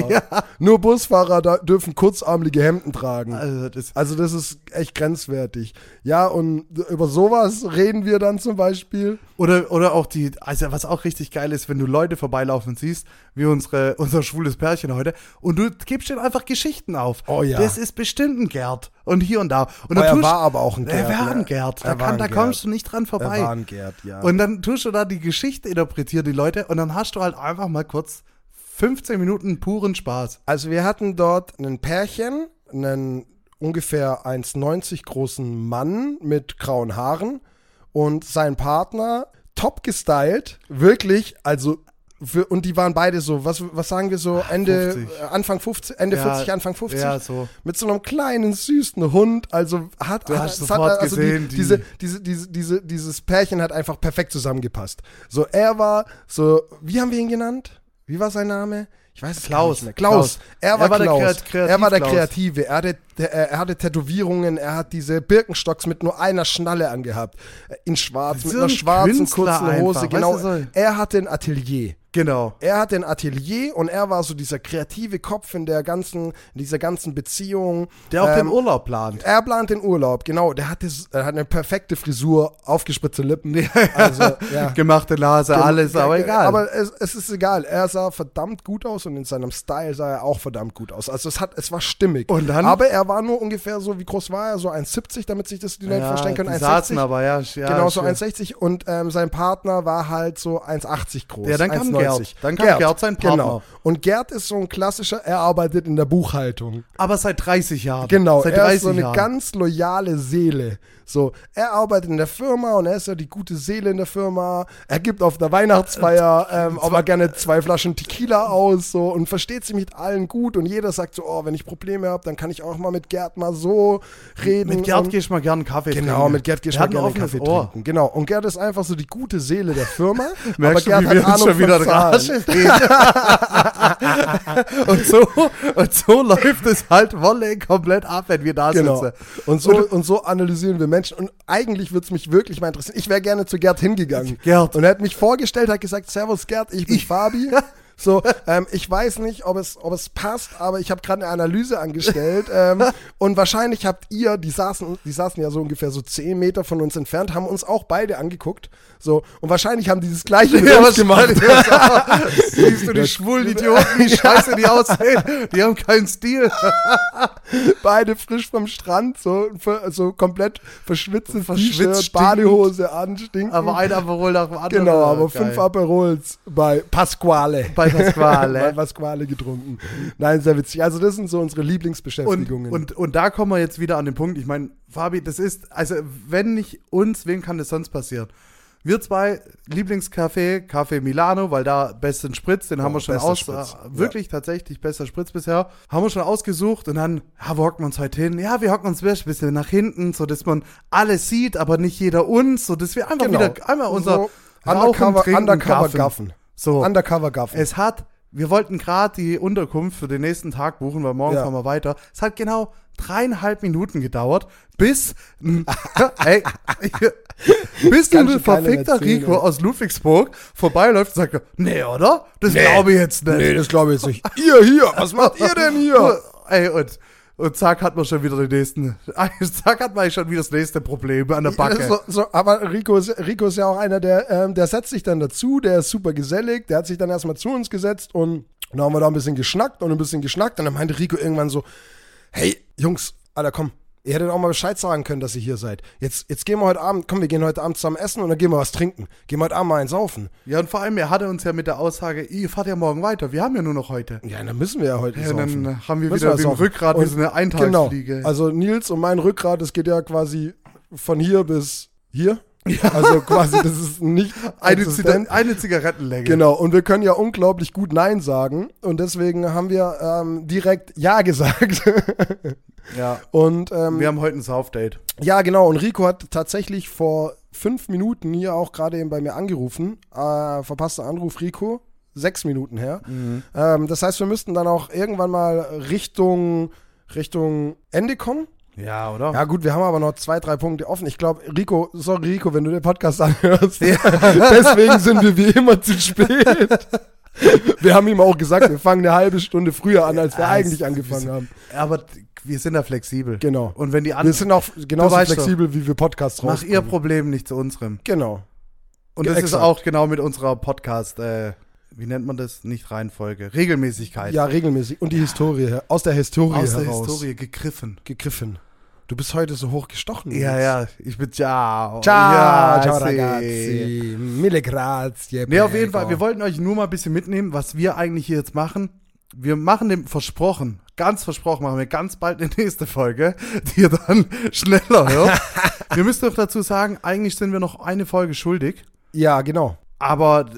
[SPEAKER 3] Nur Busfahrer da dürfen kurzarmige Hemden tragen.
[SPEAKER 2] Also, das,
[SPEAKER 3] Also das ist echt grenzwertig. Ja, und über sowas reden wir dann zum Beispiel.
[SPEAKER 2] oder, oder auch die, also was auch richtig geil ist, wenn du Leute vorbeilaufen siehst, wie unsere, unser schwules Pärchen heute, und du gibst denen einfach Geschichten auf.
[SPEAKER 3] Oh ja.
[SPEAKER 2] Das ist bestimmt ein Gerd. Und hier und da. Und dann
[SPEAKER 3] Oh, er
[SPEAKER 2] tust-
[SPEAKER 3] war aber auch ein
[SPEAKER 2] Er
[SPEAKER 3] Gerd,
[SPEAKER 2] war ein
[SPEAKER 3] ja.
[SPEAKER 2] Gerd. Da,
[SPEAKER 3] Er war
[SPEAKER 2] kann,
[SPEAKER 3] ein
[SPEAKER 2] da
[SPEAKER 3] Gerd.
[SPEAKER 2] kommst du nicht dran vorbei.
[SPEAKER 3] Er war ein Gerd, ja.
[SPEAKER 2] Und dann tust du da die Geschichte interpretieren, die Leute, und dann hast du halt einfach mal kurz 15 Minuten puren Spaß.
[SPEAKER 3] Also wir hatten dort ein Pärchen, einen ungefähr 1,90 großen Mann mit grauen Haaren und sein Partner top gestylt, wirklich, also für, und die waren beide so, was, was sagen wir so, Ende
[SPEAKER 2] 50.
[SPEAKER 3] äh, Anfang 50, Ende
[SPEAKER 2] Ah, Ja,
[SPEAKER 3] 40, Anfang 50.
[SPEAKER 2] ja, so.
[SPEAKER 3] Mit so einem kleinen, süßen Hund. Also hat,
[SPEAKER 2] Du
[SPEAKER 3] hat,
[SPEAKER 2] hast
[SPEAKER 3] es
[SPEAKER 2] sofort
[SPEAKER 3] hat also
[SPEAKER 2] gesehen, die-
[SPEAKER 3] die, diese, diese, diese, diese, dieses Pärchen hat einfach perfekt zusammengepasst. So, er war so, wie haben wir ihn genannt? Wie war sein Name? Ich weiß es
[SPEAKER 2] Klaus.
[SPEAKER 3] gar nicht mehr. Klaus.
[SPEAKER 2] Klaus.
[SPEAKER 3] Er war,
[SPEAKER 2] Er war der
[SPEAKER 3] Klaus.
[SPEAKER 2] Kreat- Kreativ-
[SPEAKER 3] er war der
[SPEAKER 2] Klaus.
[SPEAKER 3] Kreative. Er hatte, der, er hatte Tätowierungen. Er hat diese Birkenstocks mit nur einer Schnalle angehabt. In schwarz,
[SPEAKER 2] So
[SPEAKER 3] mit einer
[SPEAKER 2] ein
[SPEAKER 3] schwarzen,
[SPEAKER 2] Künstler
[SPEAKER 3] kurzen
[SPEAKER 2] einfach,
[SPEAKER 3] Hose.
[SPEAKER 2] weißt
[SPEAKER 3] genau.
[SPEAKER 2] du, so-
[SPEAKER 3] Er hatte ein Atelier.
[SPEAKER 2] Genau.
[SPEAKER 3] Er hatte ein Atelier und er war so dieser kreative Kopf in der ganzen, in dieser ganzen Beziehung.
[SPEAKER 2] Der auch den
[SPEAKER 3] Ähm,
[SPEAKER 2] Urlaub plant.
[SPEAKER 3] er plant den Urlaub, genau. Der hatte, s- er hat eine perfekte Frisur, aufgespritzte Lippen.
[SPEAKER 2] *laughs*
[SPEAKER 3] Also, ja. Äh,
[SPEAKER 2] Gemachte Nase, alles, aber egal.
[SPEAKER 3] Aber es, es ist egal. Er sah verdammt gut aus und in seinem Style sah er auch verdammt gut aus. Also es hat, es war stimmig.
[SPEAKER 2] Und dann-
[SPEAKER 3] aber er war nur ungefähr so, wie groß war er? So 1,70, damit sich das die Leute verstehen können.
[SPEAKER 2] die saßen
[SPEAKER 3] 1,60.
[SPEAKER 2] aber, ja. sch- ja äh,
[SPEAKER 3] genau, so
[SPEAKER 2] schön.
[SPEAKER 3] 1,60 und ähm, sein Partner war halt so 1,80 groß.
[SPEAKER 2] Ja, dann kam
[SPEAKER 3] 1,90.
[SPEAKER 2] Gerd. Dann kam Gerd, sein Partner.
[SPEAKER 3] Genau. Und Gerd ist so ein klassischer, er arbeitet in der Buchhaltung.
[SPEAKER 2] Aber seit 30 Jahren.
[SPEAKER 3] Genau,
[SPEAKER 2] seit
[SPEAKER 3] er ist so eine
[SPEAKER 2] Jahren.
[SPEAKER 3] ganz loyale Seele. So, er arbeitet in der Firma und er ist ja die gute Seele in der Firma. Er gibt auf
[SPEAKER 2] *laughs*
[SPEAKER 3] der Weihnachtsfeier ähm, aber gerne zwei Flaschen Tequila aus so und versteht sich mit allen gut und jeder sagt so, oh, wenn ich Probleme habe, dann kann ich auch mal mit Gerd mal so reden.
[SPEAKER 2] Mit Gerd
[SPEAKER 3] und,
[SPEAKER 2] gehst du mal gerne einen Kaffee
[SPEAKER 3] Genau, mit Gerd
[SPEAKER 2] gehst
[SPEAKER 3] gehst du mal
[SPEAKER 2] mal
[SPEAKER 3] gerne einen
[SPEAKER 2] gerne
[SPEAKER 3] Kaffee
[SPEAKER 2] Ohr.
[SPEAKER 3] trinken. Genau, und Gerd ist einfach so die gute Seele
[SPEAKER 2] *laughs*
[SPEAKER 3] der Firma.
[SPEAKER 2] Merkst
[SPEAKER 3] aber
[SPEAKER 2] du,
[SPEAKER 3] Gerd
[SPEAKER 2] wie wir uns
[SPEAKER 3] hat
[SPEAKER 2] schon
[SPEAKER 3] Ahnung
[SPEAKER 2] wieder
[SPEAKER 3] von Zahlen.
[SPEAKER 2] *laughs* Drache reden? *laughs* und, so, und so läuft es halt Wolle komplett ab, wenn wir da
[SPEAKER 3] Genau.
[SPEAKER 2] sitzen.
[SPEAKER 3] Und so, und so analysieren wir Menschen. Und eigentlich würde es mich wirklich mal interessieren. Ich wäre gerne zu Gerd hingegangen.
[SPEAKER 2] Gerd.
[SPEAKER 3] Und er hat mich vorgestellt, hat gesagt, Servus Gerd, ich
[SPEAKER 2] *laughs*
[SPEAKER 3] bin Fabi. So, ähm, ich weiß nicht, ob es, ob es passt, aber ich habe gerade eine Analyse angestellt.
[SPEAKER 2] *laughs*
[SPEAKER 3] ähm, und wahrscheinlich habt ihr, die saßen, die saßen ja so ungefähr so 10 Meter von uns entfernt, haben uns auch beide angeguckt. So, und wahrscheinlich haben die
[SPEAKER 2] *laughs*
[SPEAKER 3] das gleiche mit uns gemacht.
[SPEAKER 2] Siehst du die schwulen Idioten, *laughs* wie scheiße die aussehen? Die haben keinen Stil.
[SPEAKER 3] beide frisch vom Strand, so, so komplett verschwitzte
[SPEAKER 2] Verschwitzt,
[SPEAKER 3] T-Shirt,
[SPEAKER 2] stinkend.
[SPEAKER 3] Badehose an, stinken.
[SPEAKER 2] Aber ein Aperol nach dem anderen.
[SPEAKER 3] Genau, aber
[SPEAKER 2] Geil.
[SPEAKER 3] fünf Aperols bei Pasquale.
[SPEAKER 2] Bei Pasquale.
[SPEAKER 3] *laughs* bei Pasquale getrunken. Nein, sehr witzig. Also das sind so unsere
[SPEAKER 2] und,
[SPEAKER 3] Lieblingsbeschäftigungen.
[SPEAKER 2] und, und da kommen wir jetzt wieder an den Punkt. Ich meine, Fabi, das ist, also wenn nicht uns, wem kann das sonst passieren? Wir zwei, Lieblingscafé, Café Milano, weil da besten Spritz, den haben wir schon
[SPEAKER 3] Oh, bester
[SPEAKER 2] aus,
[SPEAKER 3] Spritz.
[SPEAKER 2] äh, wirklich tatsächlich bester Spritz bisher, haben wir schon ausgesucht und dann, ja, wo hocken wir uns heute hin? Ja, wir hocken uns ein bisschen nach hinten, so dass man alles sieht, aber nicht jeder uns, so dass wir einfach
[SPEAKER 3] Genau.
[SPEAKER 2] wieder einmal unser
[SPEAKER 3] So
[SPEAKER 2] Rauchen,
[SPEAKER 3] undercover-
[SPEAKER 2] Trinken,
[SPEAKER 3] undercover
[SPEAKER 2] Gaffen.
[SPEAKER 3] gaffen.
[SPEAKER 2] So,
[SPEAKER 3] Undercover Gaffen.
[SPEAKER 2] es hat, wir wollten gerade die Unterkunft für den nächsten Tag buchen, weil morgen
[SPEAKER 3] Ja.
[SPEAKER 2] fahren wir weiter. Es hat genau dreieinhalb Minuten gedauert, bis, *laughs* ey, bis
[SPEAKER 3] Ganz
[SPEAKER 2] ein
[SPEAKER 3] schön geile
[SPEAKER 2] verfickter
[SPEAKER 3] Erzählung.
[SPEAKER 2] Rico aus Ludwigsburg vorbeiläuft und sagt, nee, oder? Das glaube ich jetzt nicht.
[SPEAKER 3] das glaube ich jetzt nicht. ihr hier, was macht ihr denn hier?
[SPEAKER 2] *laughs* Ey, und, und zack hat man schon wieder den nächsten, *laughs* zack hat man schon wieder das nächste Problem an der Backe.
[SPEAKER 3] So, so, aber Rico ist, Rico ist ja auch einer, der, ähm, der setzt sich dann dazu, der ist super gesellig, der hat sich dann erstmal zu uns gesetzt und dann haben wir da ein bisschen geschnackt und ein bisschen geschnackt und dann meinte Rico irgendwann so, hey, Jungs, Alter, komm, ihr hättet auch mal Bescheid sagen können, dass ihr hier seid. Jetzt, jetzt gehen wir heute Abend, komm, wir gehen heute Abend zusammen essen und dann gehen wir was trinken. Gehen wir heute Abend mal einen saufen.
[SPEAKER 2] Ja, und vor allem, er hatte uns ja mit der Aussage, ihr fahrt ja morgen weiter, wir haben ja nur noch heute.
[SPEAKER 3] Ja, dann müssen wir ja heute
[SPEAKER 2] Ja, und
[SPEAKER 3] saufen.
[SPEAKER 2] dann haben wir
[SPEAKER 3] Müssen
[SPEAKER 2] wieder
[SPEAKER 3] wir
[SPEAKER 2] den
[SPEAKER 3] saufen.
[SPEAKER 2] Rückgrat wie
[SPEAKER 3] Und-
[SPEAKER 2] so eine Eintagsfliege.
[SPEAKER 3] Genau. Also Nils und mein Rückgrat, das geht ja quasi von hier bis hier. Also quasi, das ist nicht
[SPEAKER 2] *laughs* eine,
[SPEAKER 3] existent.
[SPEAKER 2] Ziga eine Zigarettenlänge.
[SPEAKER 3] Genau, und wir können ja unglaublich gut Nein sagen. Und deswegen haben wir ähm, direkt Ja gesagt. *laughs*
[SPEAKER 2] Ja.
[SPEAKER 3] und ähm,
[SPEAKER 2] Wir haben heute ein Saufdate.
[SPEAKER 3] ja, genau. Und Rico hat tatsächlich vor fünf Minuten hier auch gerade eben bei mir angerufen. Äh, verpasster Anruf, Rico. Sechs Minuten her.
[SPEAKER 2] Mhm.
[SPEAKER 3] Ähm, das heißt, wir müssten dann auch irgendwann mal Richtung, Richtung Ende kommen.
[SPEAKER 2] Ja, oder?
[SPEAKER 3] Ja gut, wir haben aber noch zwei, drei Punkte offen. Ich glaube, Rico, sorry Rico, wenn du den Podcast anhörst. *laughs* Deswegen sind wir wie immer zu
[SPEAKER 2] *laughs*
[SPEAKER 3] spät. Wir haben ihm auch gesagt, wir fangen eine halbe Stunde früher an, als wir
[SPEAKER 2] Ja,
[SPEAKER 3] eigentlich
[SPEAKER 2] es-
[SPEAKER 3] angefangen haben.
[SPEAKER 2] Aber t- wir sind da flexibel.
[SPEAKER 3] Genau.
[SPEAKER 2] Und wenn die
[SPEAKER 3] Wir
[SPEAKER 2] anderen.
[SPEAKER 3] sind auch genauso
[SPEAKER 2] weißt
[SPEAKER 3] flexibel, wie wir Podcasts
[SPEAKER 2] Mach
[SPEAKER 3] rausbringen.
[SPEAKER 2] ihr Problem nicht zu unserem.
[SPEAKER 3] Genau.
[SPEAKER 2] Und das ist
[SPEAKER 3] Exakt.
[SPEAKER 2] auch genau mit unserer Podcast, äh, wie nennt man das? Nicht Reihenfolge. Regelmäßigkeit.
[SPEAKER 3] Ja, regelmäßig. Und die Historie, aus der Historie
[SPEAKER 2] Halt. Aus der
[SPEAKER 3] heraus.
[SPEAKER 2] Historie gegriffen.
[SPEAKER 3] Gegriffen. Du bist heute so hochgestochen.
[SPEAKER 2] Ja,
[SPEAKER 3] Nils.
[SPEAKER 2] ja. Ich bin ciao.
[SPEAKER 3] Ciao, ciao
[SPEAKER 2] sì.
[SPEAKER 3] ragazzi. Mille grazie.
[SPEAKER 2] Nee, auf jeden
[SPEAKER 3] prego.
[SPEAKER 2] Fall. Wir wollten euch nur mal ein bisschen mitnehmen, was wir eigentlich hier jetzt machen. Wir machen dem versprochen, ganz versprochen, machen wir ganz bald eine nächste Folge, die ihr dann *laughs* schneller hört.
[SPEAKER 3] *laughs*
[SPEAKER 2] wir müssen doch dazu sagen, eigentlich sind wir noch eine Folge schuldig,
[SPEAKER 3] Ja, genau.
[SPEAKER 2] aber *laughs*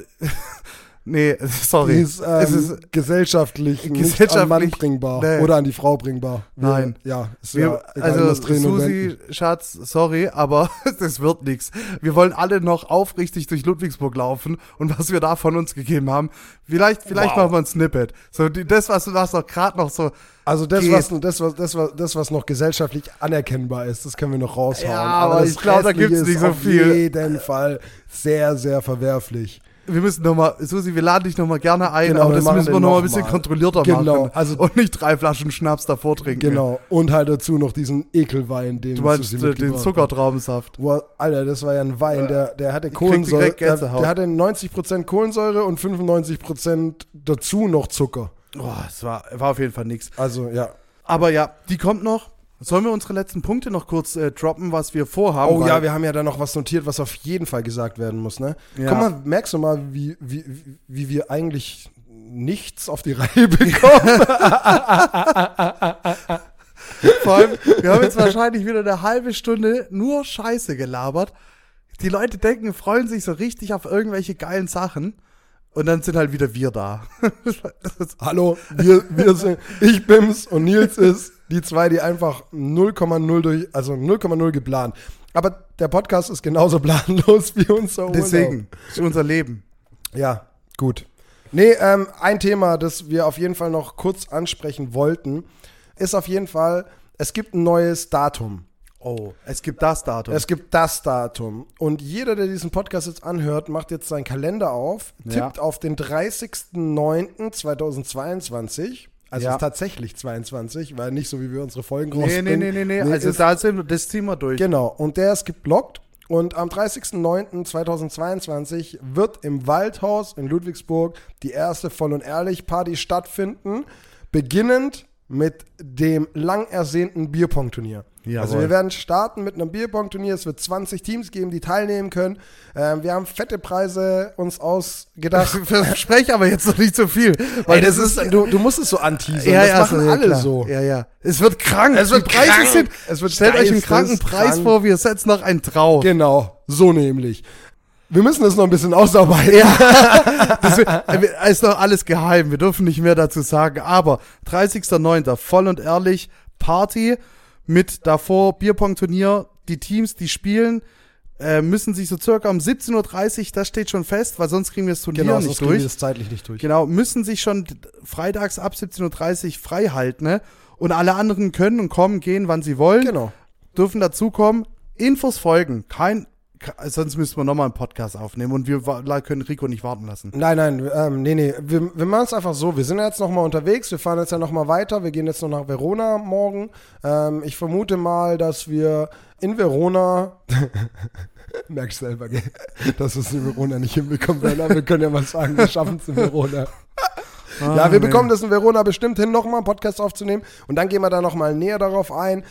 [SPEAKER 2] Nee, sorry.
[SPEAKER 3] Die ist, ähm,
[SPEAKER 2] es ist,
[SPEAKER 3] gesellschaftlich, nicht an
[SPEAKER 2] gesellschaftlich-
[SPEAKER 3] Mann bringbar
[SPEAKER 2] nee.
[SPEAKER 3] oder an die Frau bringbar. Wir-
[SPEAKER 2] Nein.
[SPEAKER 3] Ja, ist
[SPEAKER 2] wir,
[SPEAKER 3] ja egal,
[SPEAKER 2] also
[SPEAKER 3] was drehen und
[SPEAKER 2] Susi,
[SPEAKER 3] wenden.
[SPEAKER 2] Schatz, sorry, aber *laughs* das wird nichts. Wir wollen alle noch aufrichtig durch Ludwigsburg laufen und was wir da von uns gegeben haben, vielleicht, vielleicht
[SPEAKER 3] Wow.
[SPEAKER 2] machen wir ein Snippet. So die, das, was was noch gerade noch so.
[SPEAKER 3] Also das
[SPEAKER 2] geht.
[SPEAKER 3] was, das, was, das, was, das, was noch gesellschaftlich anerkennbar ist, das können wir noch raushauen.
[SPEAKER 2] Ja, aber
[SPEAKER 3] das
[SPEAKER 2] ich glaub, da
[SPEAKER 3] Restliche
[SPEAKER 2] gibt's
[SPEAKER 3] ist
[SPEAKER 2] nicht so
[SPEAKER 3] auf
[SPEAKER 2] viel.
[SPEAKER 3] jeden Fall sehr, sehr verwerflich.
[SPEAKER 2] Wir müssen noch mal, Susi, wir laden dich noch mal gerne ein,
[SPEAKER 3] Genau,
[SPEAKER 2] aber
[SPEAKER 3] wir
[SPEAKER 2] das
[SPEAKER 3] machen
[SPEAKER 2] müssen wir
[SPEAKER 3] den
[SPEAKER 2] noch mal
[SPEAKER 3] noch
[SPEAKER 2] ein bisschen
[SPEAKER 3] mal.
[SPEAKER 2] kontrollierter
[SPEAKER 3] Genau,
[SPEAKER 2] machen.
[SPEAKER 3] also-
[SPEAKER 2] und nicht drei Flaschen Schnaps davor trinken.
[SPEAKER 3] Genau. Und halt dazu noch diesen Ekelwein, den Äh,
[SPEAKER 2] Du meinst äh, den
[SPEAKER 3] mitgebracht hat.
[SPEAKER 2] Zuckertraubensaft.
[SPEAKER 3] Boah, Alter, das war ja ein Wein, der, der hatte
[SPEAKER 2] krieg
[SPEAKER 3] Kohlensäure.
[SPEAKER 2] direkt
[SPEAKER 3] Der,
[SPEAKER 2] Gänsehaut.
[SPEAKER 3] der hatte 90% Kohlensäure und 95% dazu noch Zucker.
[SPEAKER 2] Boah, es war, war auf jeden Fall nichts.
[SPEAKER 3] Also, ja.
[SPEAKER 2] Aber ja, die kommt noch. Sollen wir unsere letzten Punkte noch kurz äh, droppen, was wir vorhaben?
[SPEAKER 3] Oh
[SPEAKER 2] Weil-
[SPEAKER 3] ja, wir haben ja da noch was notiert, was auf jeden Fall gesagt werden muss, ne?
[SPEAKER 2] Ja.
[SPEAKER 3] Guck mal, merkst du mal, wie, wie, wie- wie wir eigentlich nichts auf die Reihe *laughs* bekommen?
[SPEAKER 2] Vor allem, wir haben jetzt wahrscheinlich wieder eine halbe Stunde nur Scheiße gelabert. Die Leute denken, freuen sich so richtig auf irgendwelche geilen Sachen. Und dann sind halt wieder wir da.
[SPEAKER 3] Hallo, wir, wir sind, ich bin's und Nils ist die zwei, die einfach 0,0 durch, also 0,0 geplant. Aber der Podcast ist genauso *laughs* planlos wie unser Urlaub.
[SPEAKER 2] Deswegen, ist unser Leben.
[SPEAKER 3] Ja, gut. Nee, ähm, ein Thema, das wir auf jeden Fall noch kurz ansprechen wollten, ist auf jeden Fall, es gibt ein neues Datum.
[SPEAKER 2] Oh, es gibt das Datum.
[SPEAKER 3] Es gibt das Datum. Und jeder, der diesen Podcast jetzt anhört, macht jetzt seinen Kalender auf,
[SPEAKER 2] Ja.
[SPEAKER 3] tippt auf den 30.09.2022. Also
[SPEAKER 2] Ja.
[SPEAKER 3] ist tatsächlich 22, weil nicht so, wie wir unsere Folgen
[SPEAKER 2] nee, nee,
[SPEAKER 3] rausbringen.
[SPEAKER 2] nee, nee, nee,
[SPEAKER 3] ist
[SPEAKER 2] Also da sind wir, das ziehen wir durch.
[SPEAKER 3] Genau, und der ist geblockt. Und am 30.09.2022 wird im Waldhaus in Ludwigsburg die erste Voll- und Ehrlich-Party stattfinden, beginnend mit dem lang ersehnten Bierpong-Turnier.
[SPEAKER 2] Jawohl.
[SPEAKER 3] Also wir werden starten mit einem Bierpong-Turnier. Es wird 20 Teams geben, die teilnehmen können. Ähm, wir haben fette Preise uns *laughs* ausgedacht.
[SPEAKER 2] Verspreche aber jetzt noch nicht so viel. Weil das, ist,
[SPEAKER 3] du, du musst es so anteasern.
[SPEAKER 2] ja,
[SPEAKER 3] das
[SPEAKER 2] ja,
[SPEAKER 3] machen
[SPEAKER 2] so, ja,
[SPEAKER 3] alle
[SPEAKER 2] klar.
[SPEAKER 3] so.
[SPEAKER 2] Ja, ja. Es wird krank. Es
[SPEAKER 3] wird
[SPEAKER 2] die Preise
[SPEAKER 3] krank.
[SPEAKER 2] Sind,
[SPEAKER 3] Es wird
[SPEAKER 2] stellt euch einen
[SPEAKER 3] geisteskrank.
[SPEAKER 2] kranken Preis vor, wir setzen noch einen *laughs* drauf.
[SPEAKER 3] Genau, so nämlich. Wir müssen das noch ein bisschen ausarbeiten.
[SPEAKER 2] Das wird- äh, ist noch alles geheim, wir dürfen nicht mehr dazu sagen. Aber 30.09. voll und ehrlich, Party mit davor Bierpong-Turnier. Die Teams, die spielen, äh, müssen sich so circa um 17.30 Uhr, das steht schon fest, weil sonst kriegen wir das Turnier
[SPEAKER 3] Genau, sonst
[SPEAKER 2] nicht
[SPEAKER 3] kriegen wir
[SPEAKER 2] durch.
[SPEAKER 3] das zeitlich nicht durch.
[SPEAKER 2] Genau, müssen sich schon d- freitags ab 17.30 Uhr frei halten. Ne? Und alle anderen können und kommen, gehen, wann sie wollen.
[SPEAKER 3] Genau.
[SPEAKER 2] dürfen dazukommen. Infos folgen. Kein, ke- sonst müssen wir nochmal einen Podcast aufnehmen und wir wa- können Rico nicht warten lassen.
[SPEAKER 3] Nein, nein, ähm, nee, nee. Wir, wir machen es einfach so. Wir sind ja jetzt nochmal unterwegs. Wir fahren jetzt ja nochmal weiter. Wir gehen jetzt noch nach Verona morgen. Ähm, ich vermute mal, dass wir in Verona. *laughs* Merkst selber, gell? dass wir es in Verona nicht hinbekommen werden. Aber wir können ja mal sagen, wir schaffen es in Verona. Ja, wir bekommen das in Verona bestimmt hin, nochmal einen Podcast aufzunehmen. Und dann gehen wir da nochmal näher darauf ein.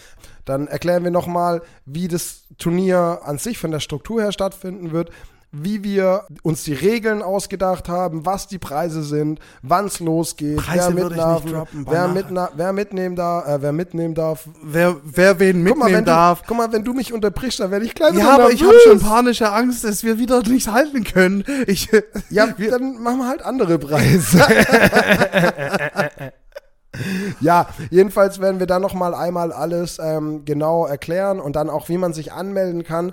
[SPEAKER 3] Dann erklären wir nochmal, wie das Turnier an sich von der Struktur her stattfinden wird, wie wir uns die Regeln ausgedacht haben, was die Preise sind, wann es losgeht,
[SPEAKER 2] Preise
[SPEAKER 3] wer,
[SPEAKER 2] würde ich nicht
[SPEAKER 3] mitnerven,
[SPEAKER 2] droppen,
[SPEAKER 3] wer,
[SPEAKER 2] Banane.
[SPEAKER 3] mitna wer mitnehmen darf, äh, wer mitnehmen darf.
[SPEAKER 2] Wer, wer wen
[SPEAKER 3] Guck mal,
[SPEAKER 2] mitnehmen
[SPEAKER 3] wenn
[SPEAKER 2] darf.
[SPEAKER 3] Du, guck mal, wenn du mich unterbrichst, dann werde ich gleich
[SPEAKER 2] ja, aber ich habe schon panische Angst, dass wir wieder nichts halten können. Ich, *laughs*
[SPEAKER 3] Ja, dann machen wir halt andere Preise. *laughs* ja, jedenfalls werden wir dann nochmal einmal alles ähm, genau erklären und dann auch, wie man sich anmelden kann.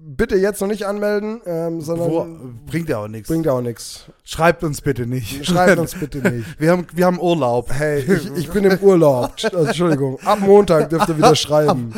[SPEAKER 3] Bitte jetzt noch nicht anmelden, ähm, sondern
[SPEAKER 2] Wo, bringt ja auch nichts.
[SPEAKER 3] bringt ja auch nichts.
[SPEAKER 2] Schreibt uns bitte nicht.
[SPEAKER 3] *laughs* Schreibt
[SPEAKER 2] *laughs*
[SPEAKER 3] uns bitte nicht.
[SPEAKER 2] Wir haben, wir haben Urlaub. *laughs*
[SPEAKER 3] Hey, ich, ich bin im Urlaub. Also, Entschuldigung. Ab Montag dürft ihr wieder schreiben.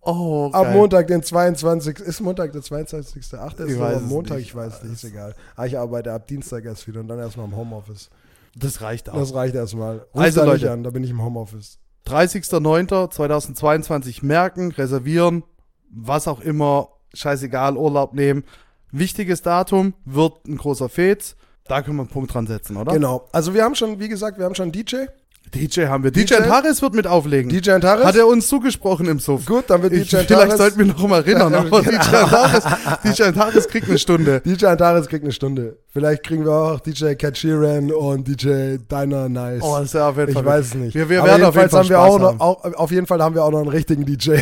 [SPEAKER 2] Oh,
[SPEAKER 3] Ab
[SPEAKER 2] geil.
[SPEAKER 3] Montag, den 22. Ist Montag der 22.8. Ach,
[SPEAKER 2] Ich
[SPEAKER 3] ist
[SPEAKER 2] weiß
[SPEAKER 3] aber
[SPEAKER 2] es
[SPEAKER 3] Montag,
[SPEAKER 2] nicht.
[SPEAKER 3] ich weiß nicht, ist egal. Aber ich arbeite ab Dienstag erst wieder und dann erstmal im Homeoffice.
[SPEAKER 2] Das reicht auch.
[SPEAKER 3] Das reicht erstmal. Ruf
[SPEAKER 2] Also,
[SPEAKER 3] da nicht
[SPEAKER 2] Leute.
[SPEAKER 3] an, da bin ich im Homeoffice.
[SPEAKER 2] 30.09.2022 merken, reservieren, was auch immer, scheißegal, Urlaub nehmen. Wichtiges Datum wird ein großer Fetz. Da können wir einen Punkt dran setzen, oder?
[SPEAKER 3] Genau. Also wir haben schon, wie gesagt, wir haben schon einen DJ.
[SPEAKER 2] DJ haben wir. DJ,
[SPEAKER 3] DJ?
[SPEAKER 2] Harris wird mit auflegen.
[SPEAKER 3] DJ Antares?
[SPEAKER 2] Hat er uns zugesprochen im Suff.
[SPEAKER 3] Gut, dann wird
[SPEAKER 2] Ich,
[SPEAKER 3] DJ
[SPEAKER 2] vielleicht
[SPEAKER 3] Antares-
[SPEAKER 2] sollten wir noch mal erinnern.
[SPEAKER 3] Ja,
[SPEAKER 2] aber
[SPEAKER 3] ja.
[SPEAKER 2] DJ Antares, DJ Antares kriegt eine
[SPEAKER 3] *laughs*
[SPEAKER 2] Stunde.
[SPEAKER 3] DJ Antares kriegt eine Stunde. Vielleicht kriegen wir auch DJ Cat Sheeran und DJ Diner Nice.
[SPEAKER 2] Oh, das ist ja auf jeden
[SPEAKER 3] ich
[SPEAKER 2] Fall.
[SPEAKER 3] weiß es nicht.
[SPEAKER 2] Wir, wir
[SPEAKER 3] Aber
[SPEAKER 2] werden auf jeden
[SPEAKER 3] jedenfalls
[SPEAKER 2] Fall
[SPEAKER 3] haben wir
[SPEAKER 2] Spaß
[SPEAKER 3] auch
[SPEAKER 2] haben.
[SPEAKER 3] noch, auch, auf jeden Fall haben wir auch noch einen richtigen DJ.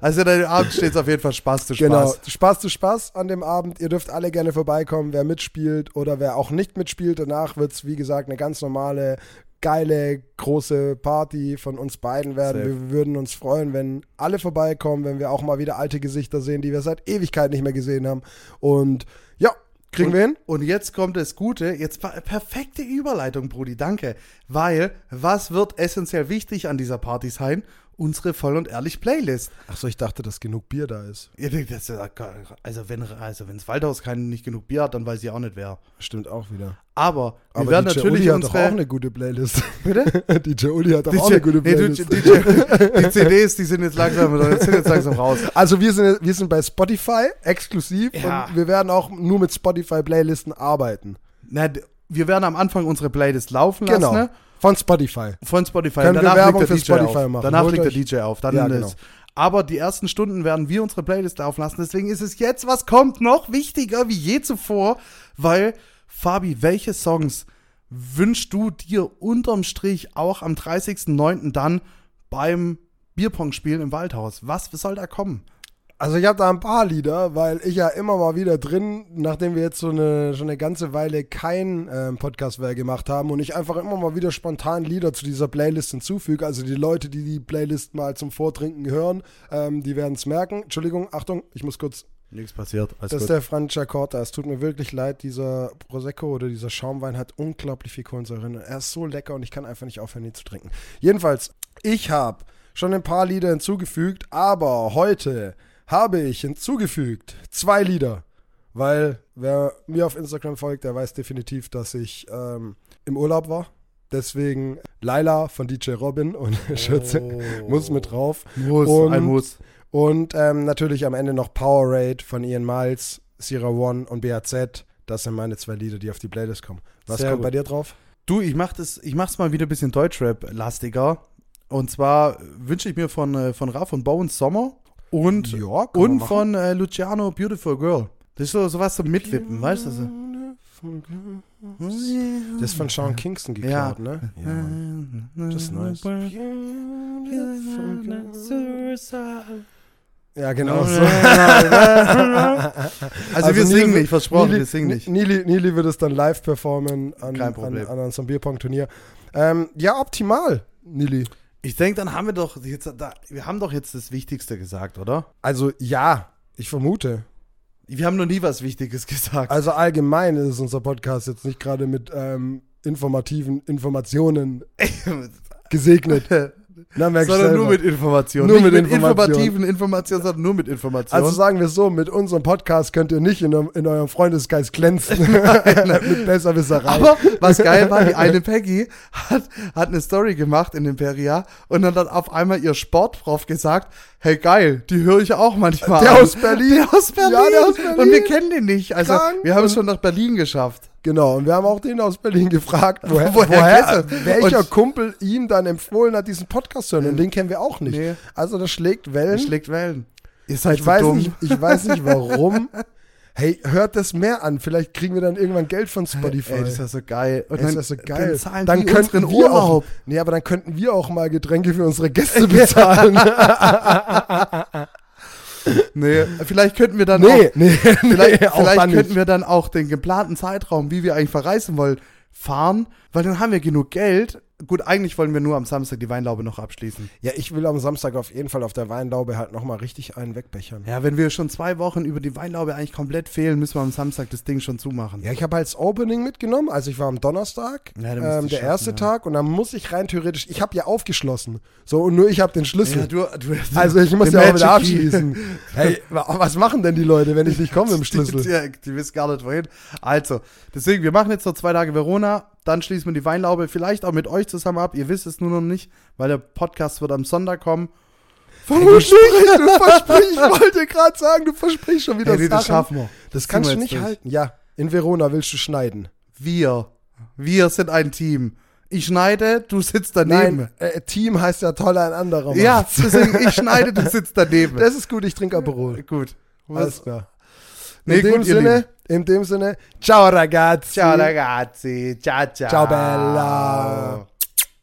[SPEAKER 2] Also den Abend steht es auf jeden Fall Spaß zu Spaß.
[SPEAKER 3] Genau. Spaß zu Spaß an dem Abend. Ihr dürft alle gerne vorbeikommen, wer mitspielt oder wer auch nicht mitspielt. Danach wird es, wie gesagt, eine ganz normale, geile, große Party von uns beiden werden.
[SPEAKER 2] Safe.
[SPEAKER 3] Wir würden uns freuen, wenn alle vorbeikommen, wenn wir auch mal wieder alte Gesichter sehen, die wir seit Ewigkeit nicht mehr gesehen haben. Und ja, kriegen
[SPEAKER 2] und,
[SPEAKER 3] wir hin.
[SPEAKER 2] Und jetzt kommt das Gute, jetzt per- perfekte Überleitung, Brudi, danke. Weil, was wird essentiell wichtig an dieser Party sein? Unsere voll und ehrlich Playlist.
[SPEAKER 3] Achso, ich dachte, dass genug Bier da ist.
[SPEAKER 2] Ihr denkt, das ist ja gar- Also wenn also wenn's Waldhaus kein nicht genug Bier hat, dann weiß ich auch nicht wer.
[SPEAKER 3] Stimmt auch wieder.
[SPEAKER 2] Aber wir
[SPEAKER 3] Aber
[SPEAKER 2] werden
[SPEAKER 3] DJ
[SPEAKER 2] natürlich
[SPEAKER 3] Uli hat doch
[SPEAKER 2] unsere
[SPEAKER 3] auch eine gute Playlist. *laughs* Bitte? DJ Uli hat doch auch
[SPEAKER 2] DJ
[SPEAKER 3] eine gute
[SPEAKER 2] nee, du-
[SPEAKER 3] Playlist.
[SPEAKER 2] DJ die CDs, die sind jetzt langsam, die sind jetzt langsam raus.
[SPEAKER 3] Also wir sind, wir sind bei Spotify exklusiv
[SPEAKER 2] Ja.
[SPEAKER 3] und wir werden auch nur mit Spotify-Playlisten arbeiten.
[SPEAKER 2] *laughs* Na, d- wir werden am Anfang unsere Playlist laufen lassen.
[SPEAKER 3] Genau.
[SPEAKER 2] Ne?
[SPEAKER 3] Von Spotify.
[SPEAKER 2] Von Spotify.
[SPEAKER 3] Können wir
[SPEAKER 2] Danach
[SPEAKER 3] Werbung
[SPEAKER 2] liegt der
[SPEAKER 3] für
[SPEAKER 2] DJ
[SPEAKER 3] Spotify
[SPEAKER 2] auf.
[SPEAKER 3] machen?
[SPEAKER 2] Danach
[SPEAKER 3] Holt
[SPEAKER 2] liegt der
[SPEAKER 3] euch-
[SPEAKER 2] DJ auf. Dann
[SPEAKER 3] Ja,
[SPEAKER 2] ist
[SPEAKER 3] genau.
[SPEAKER 2] Aber die ersten Stunden werden wir unsere Playlist laufen lassen. Deswegen ist es jetzt, was kommt, noch wichtiger wie je zuvor. Weil, Fabi, welche Songs wünschst du dir unterm Strich auch am 30.09. dann beim Bierpong-Spielen im Waldhaus? Was soll da kommen?
[SPEAKER 3] Also ich habe da ein paar Lieder, weil ich ja immer mal wieder drin, nachdem wir jetzt so eine, schon eine ganze Weile kein ähm, Podcast mehr gemacht haben und ich einfach immer mal wieder spontan Lieder zu dieser Playlist hinzufüge. Also die Leute, die die Playlist mal zum Vortrinken hören, ähm, die werden es merken. Entschuldigung, Achtung, ich muss kurz
[SPEAKER 2] Nichts passiert.
[SPEAKER 3] Das ist der Franciacorta. Es tut mir wirklich leid, dieser Prosecco oder dieser Schaumwein hat unglaublich viel Kohlensäure. drin. Er ist so lecker und ich kann einfach nicht aufhören, ihn zu trinken. Jedenfalls, ich habe schon ein paar Lieder hinzugefügt, aber heute habe ich hinzugefügt zwei Lieder. Weil wer mir auf Instagram folgt, der weiß definitiv, dass ich ähm, im Urlaub war. Deswegen Laila von DJ Robin und *laughs* Schürze muss mit drauf.
[SPEAKER 2] Muss,
[SPEAKER 3] Und-
[SPEAKER 2] ein Muss.
[SPEAKER 3] Und ähm, natürlich am Ende noch Powerade von Ian Miles, Sierra One und BAZ. Das sind meine zwei Lieder, die auf die Playlist kommen. Was
[SPEAKER 2] Sehr
[SPEAKER 3] kommt
[SPEAKER 2] gut.
[SPEAKER 3] bei dir drauf?
[SPEAKER 2] Du, ich mach das, ich mach's mal wieder ein bisschen Deutschrap-lastiger. Und zwar wünsche ich mir von, äh, von Raf und Bones Sommer und,
[SPEAKER 3] Ja, kann man
[SPEAKER 2] und
[SPEAKER 3] machen.
[SPEAKER 2] von äh, Luciano Beautiful Girl. Das ist so, so was zum Mitwippen, weißt du? So. hm?
[SPEAKER 3] Das ist von Sean Kingston
[SPEAKER 2] Ja.
[SPEAKER 3] geklaut, ne? Ja, Mann. Das ist nice. Ja, genau so.
[SPEAKER 2] Also, wir singen
[SPEAKER 3] Nili-
[SPEAKER 2] nicht, versprochen,
[SPEAKER 3] Nili-
[SPEAKER 2] wir singen nicht.
[SPEAKER 3] Nili, Nili wird es dann live performen an,
[SPEAKER 2] Kein Problem.
[SPEAKER 3] an, an unserem Bierpong-Turnier. Ähm, ja, optimal, Nili.
[SPEAKER 2] Ich denke, dann haben wir doch jetzt, da, wir haben doch jetzt das Wichtigste gesagt, oder?
[SPEAKER 3] Also ja, ich vermute.
[SPEAKER 2] Wir haben noch nie was Wichtiges *laughs* gesagt.
[SPEAKER 3] Also allgemein ist unser Podcast jetzt nicht gerade mit ähm, informativen Informationen gesegnet.
[SPEAKER 2] *laughs*
[SPEAKER 3] Na, merkst du
[SPEAKER 2] sondern
[SPEAKER 3] selber.
[SPEAKER 2] nur mit Informationen.
[SPEAKER 3] Nur
[SPEAKER 2] Nicht
[SPEAKER 3] mit Informationen.
[SPEAKER 2] informativen Informationen, sondern nur mit Informationen.
[SPEAKER 3] also sagen wir es so, mit unserem Podcast könnt ihr nicht in, eurem- in eurem
[SPEAKER 2] *laughs*
[SPEAKER 3] Freundesgeist glänzen. *laughs* mit Besserwisserei.
[SPEAKER 2] Aber was geil war, die eine Peggy hat, hat eine Story gemacht in Imperia und dann hat auf einmal ihr Sportprof gesagt, hey geil, die höre ich auch manchmal.
[SPEAKER 3] Der
[SPEAKER 2] an.
[SPEAKER 3] aus Berlin.
[SPEAKER 2] Der aus Berlin.
[SPEAKER 3] Ja, der aus Berlin.
[SPEAKER 2] Und wir kennen den nicht. Also
[SPEAKER 3] Krank.
[SPEAKER 2] wir haben es schon nach Berlin geschafft.
[SPEAKER 3] Genau, und wir haben auch den aus Berlin gefragt,
[SPEAKER 2] *laughs*
[SPEAKER 3] woher,
[SPEAKER 2] Woher
[SPEAKER 3] woher,
[SPEAKER 2] kennt er?
[SPEAKER 3] welcher
[SPEAKER 2] Und-
[SPEAKER 3] Kumpel ihm dann empfohlen hat, diesen Podcast zu hören. Und den kennen wir auch nicht.
[SPEAKER 2] Nee.
[SPEAKER 3] Also das schlägt Wellen.
[SPEAKER 2] Er schlägt Wellen. Hm? Ihr seid
[SPEAKER 3] ich,
[SPEAKER 2] so
[SPEAKER 3] weiß
[SPEAKER 2] dumm.
[SPEAKER 3] nicht, ich weiß
[SPEAKER 2] *laughs*
[SPEAKER 3] nicht warum. Hey, hört das mehr an. Vielleicht kriegen wir dann irgendwann Geld von Spotify.
[SPEAKER 2] Ey, das ist ja so geil. Und
[SPEAKER 3] Ey,
[SPEAKER 2] dann,
[SPEAKER 3] ist das so geil.
[SPEAKER 2] Dann zahlen die
[SPEAKER 3] könnten
[SPEAKER 2] unseren
[SPEAKER 3] wir
[SPEAKER 2] Urlaub.
[SPEAKER 3] Auch, nee, aber dann könnten wir auch mal Getränke für
[SPEAKER 2] *laughs*
[SPEAKER 3] unsere Gäste bezahlen.
[SPEAKER 2] Nee, vielleicht könnten wir dann auch,
[SPEAKER 3] nee.
[SPEAKER 2] *laughs* vielleicht,
[SPEAKER 3] Vielleicht, nee, auch
[SPEAKER 2] vielleicht
[SPEAKER 3] dann
[SPEAKER 2] könnten
[SPEAKER 3] nicht.
[SPEAKER 2] wir dann auch den geplanten Zeitraum, wie wir eigentlich verreisen wollen, fahren, weil dann haben wir genug Geld. Gut, eigentlich wollen wir nur am Samstag die Weinlaube noch abschließen.
[SPEAKER 3] Ja, ich will am Samstag auf jeden Fall auf der Weinlaube halt nochmal richtig einen wegbechern.
[SPEAKER 2] Ja, wenn wir schon zwei Wochen über die Weinlaube eigentlich komplett fehlen, müssen wir am Samstag das Ding schon zumachen.
[SPEAKER 3] Ja, ich habe als Opening mitgenommen, also ich war am Donnerstag,
[SPEAKER 2] Ja, dann musst du
[SPEAKER 3] ähm, der
[SPEAKER 2] schaffen,
[SPEAKER 3] erste
[SPEAKER 2] ja.
[SPEAKER 3] Tag und dann muss ich rein theoretisch, ich habe ja aufgeschlossen, so und nur ich habe den Schlüssel.
[SPEAKER 2] du, du,
[SPEAKER 3] also ich muss
[SPEAKER 2] der
[SPEAKER 3] ja
[SPEAKER 2] Magic
[SPEAKER 3] auch wieder
[SPEAKER 2] Key. *laughs*
[SPEAKER 3] abschließen. Hey, wa- was machen denn die Leute, wenn ich nicht komme im
[SPEAKER 2] Die,
[SPEAKER 3] Schlüssel?
[SPEAKER 2] die, die wissen gar nicht wohin. Also, deswegen, wir machen jetzt noch zwei Tage Verona, dann schließen wir die Weinlaube vielleicht auch mit euch zusammen ab. Ihr wisst es nur noch nicht, weil der Podcast wird am Sonntag kommen.
[SPEAKER 3] Versprich, du versprich, ich wollte gerade sagen, du versprichst schon wieder
[SPEAKER 2] Hey, nee, das
[SPEAKER 3] Sachen.
[SPEAKER 2] schaffen wir.
[SPEAKER 3] Das
[SPEAKER 2] ziehen
[SPEAKER 3] kannst
[SPEAKER 2] wir
[SPEAKER 3] du
[SPEAKER 2] jetzt
[SPEAKER 3] nicht
[SPEAKER 2] durch.
[SPEAKER 3] halten. Ja, in Verona willst du schneiden.
[SPEAKER 2] Wir. Wir sind ein Team. Ich schneide, du sitzt daneben.
[SPEAKER 3] Nein, äh, Team heißt ja toller ein anderer. Mann.
[SPEAKER 2] ja, deswegen, ich schneide, du sitzt daneben.
[SPEAKER 3] Das ist gut, ich trinke Aperol.
[SPEAKER 2] gut.
[SPEAKER 3] Alles klar. In
[SPEAKER 2] Nee,
[SPEAKER 3] dem
[SPEAKER 2] gut, ihr
[SPEAKER 3] Sinne,
[SPEAKER 2] Lieben.
[SPEAKER 3] in dem Sinne, ciao ragazzi.
[SPEAKER 2] Ciao ragazzi, ciao ciao.
[SPEAKER 3] Ciao, Bella.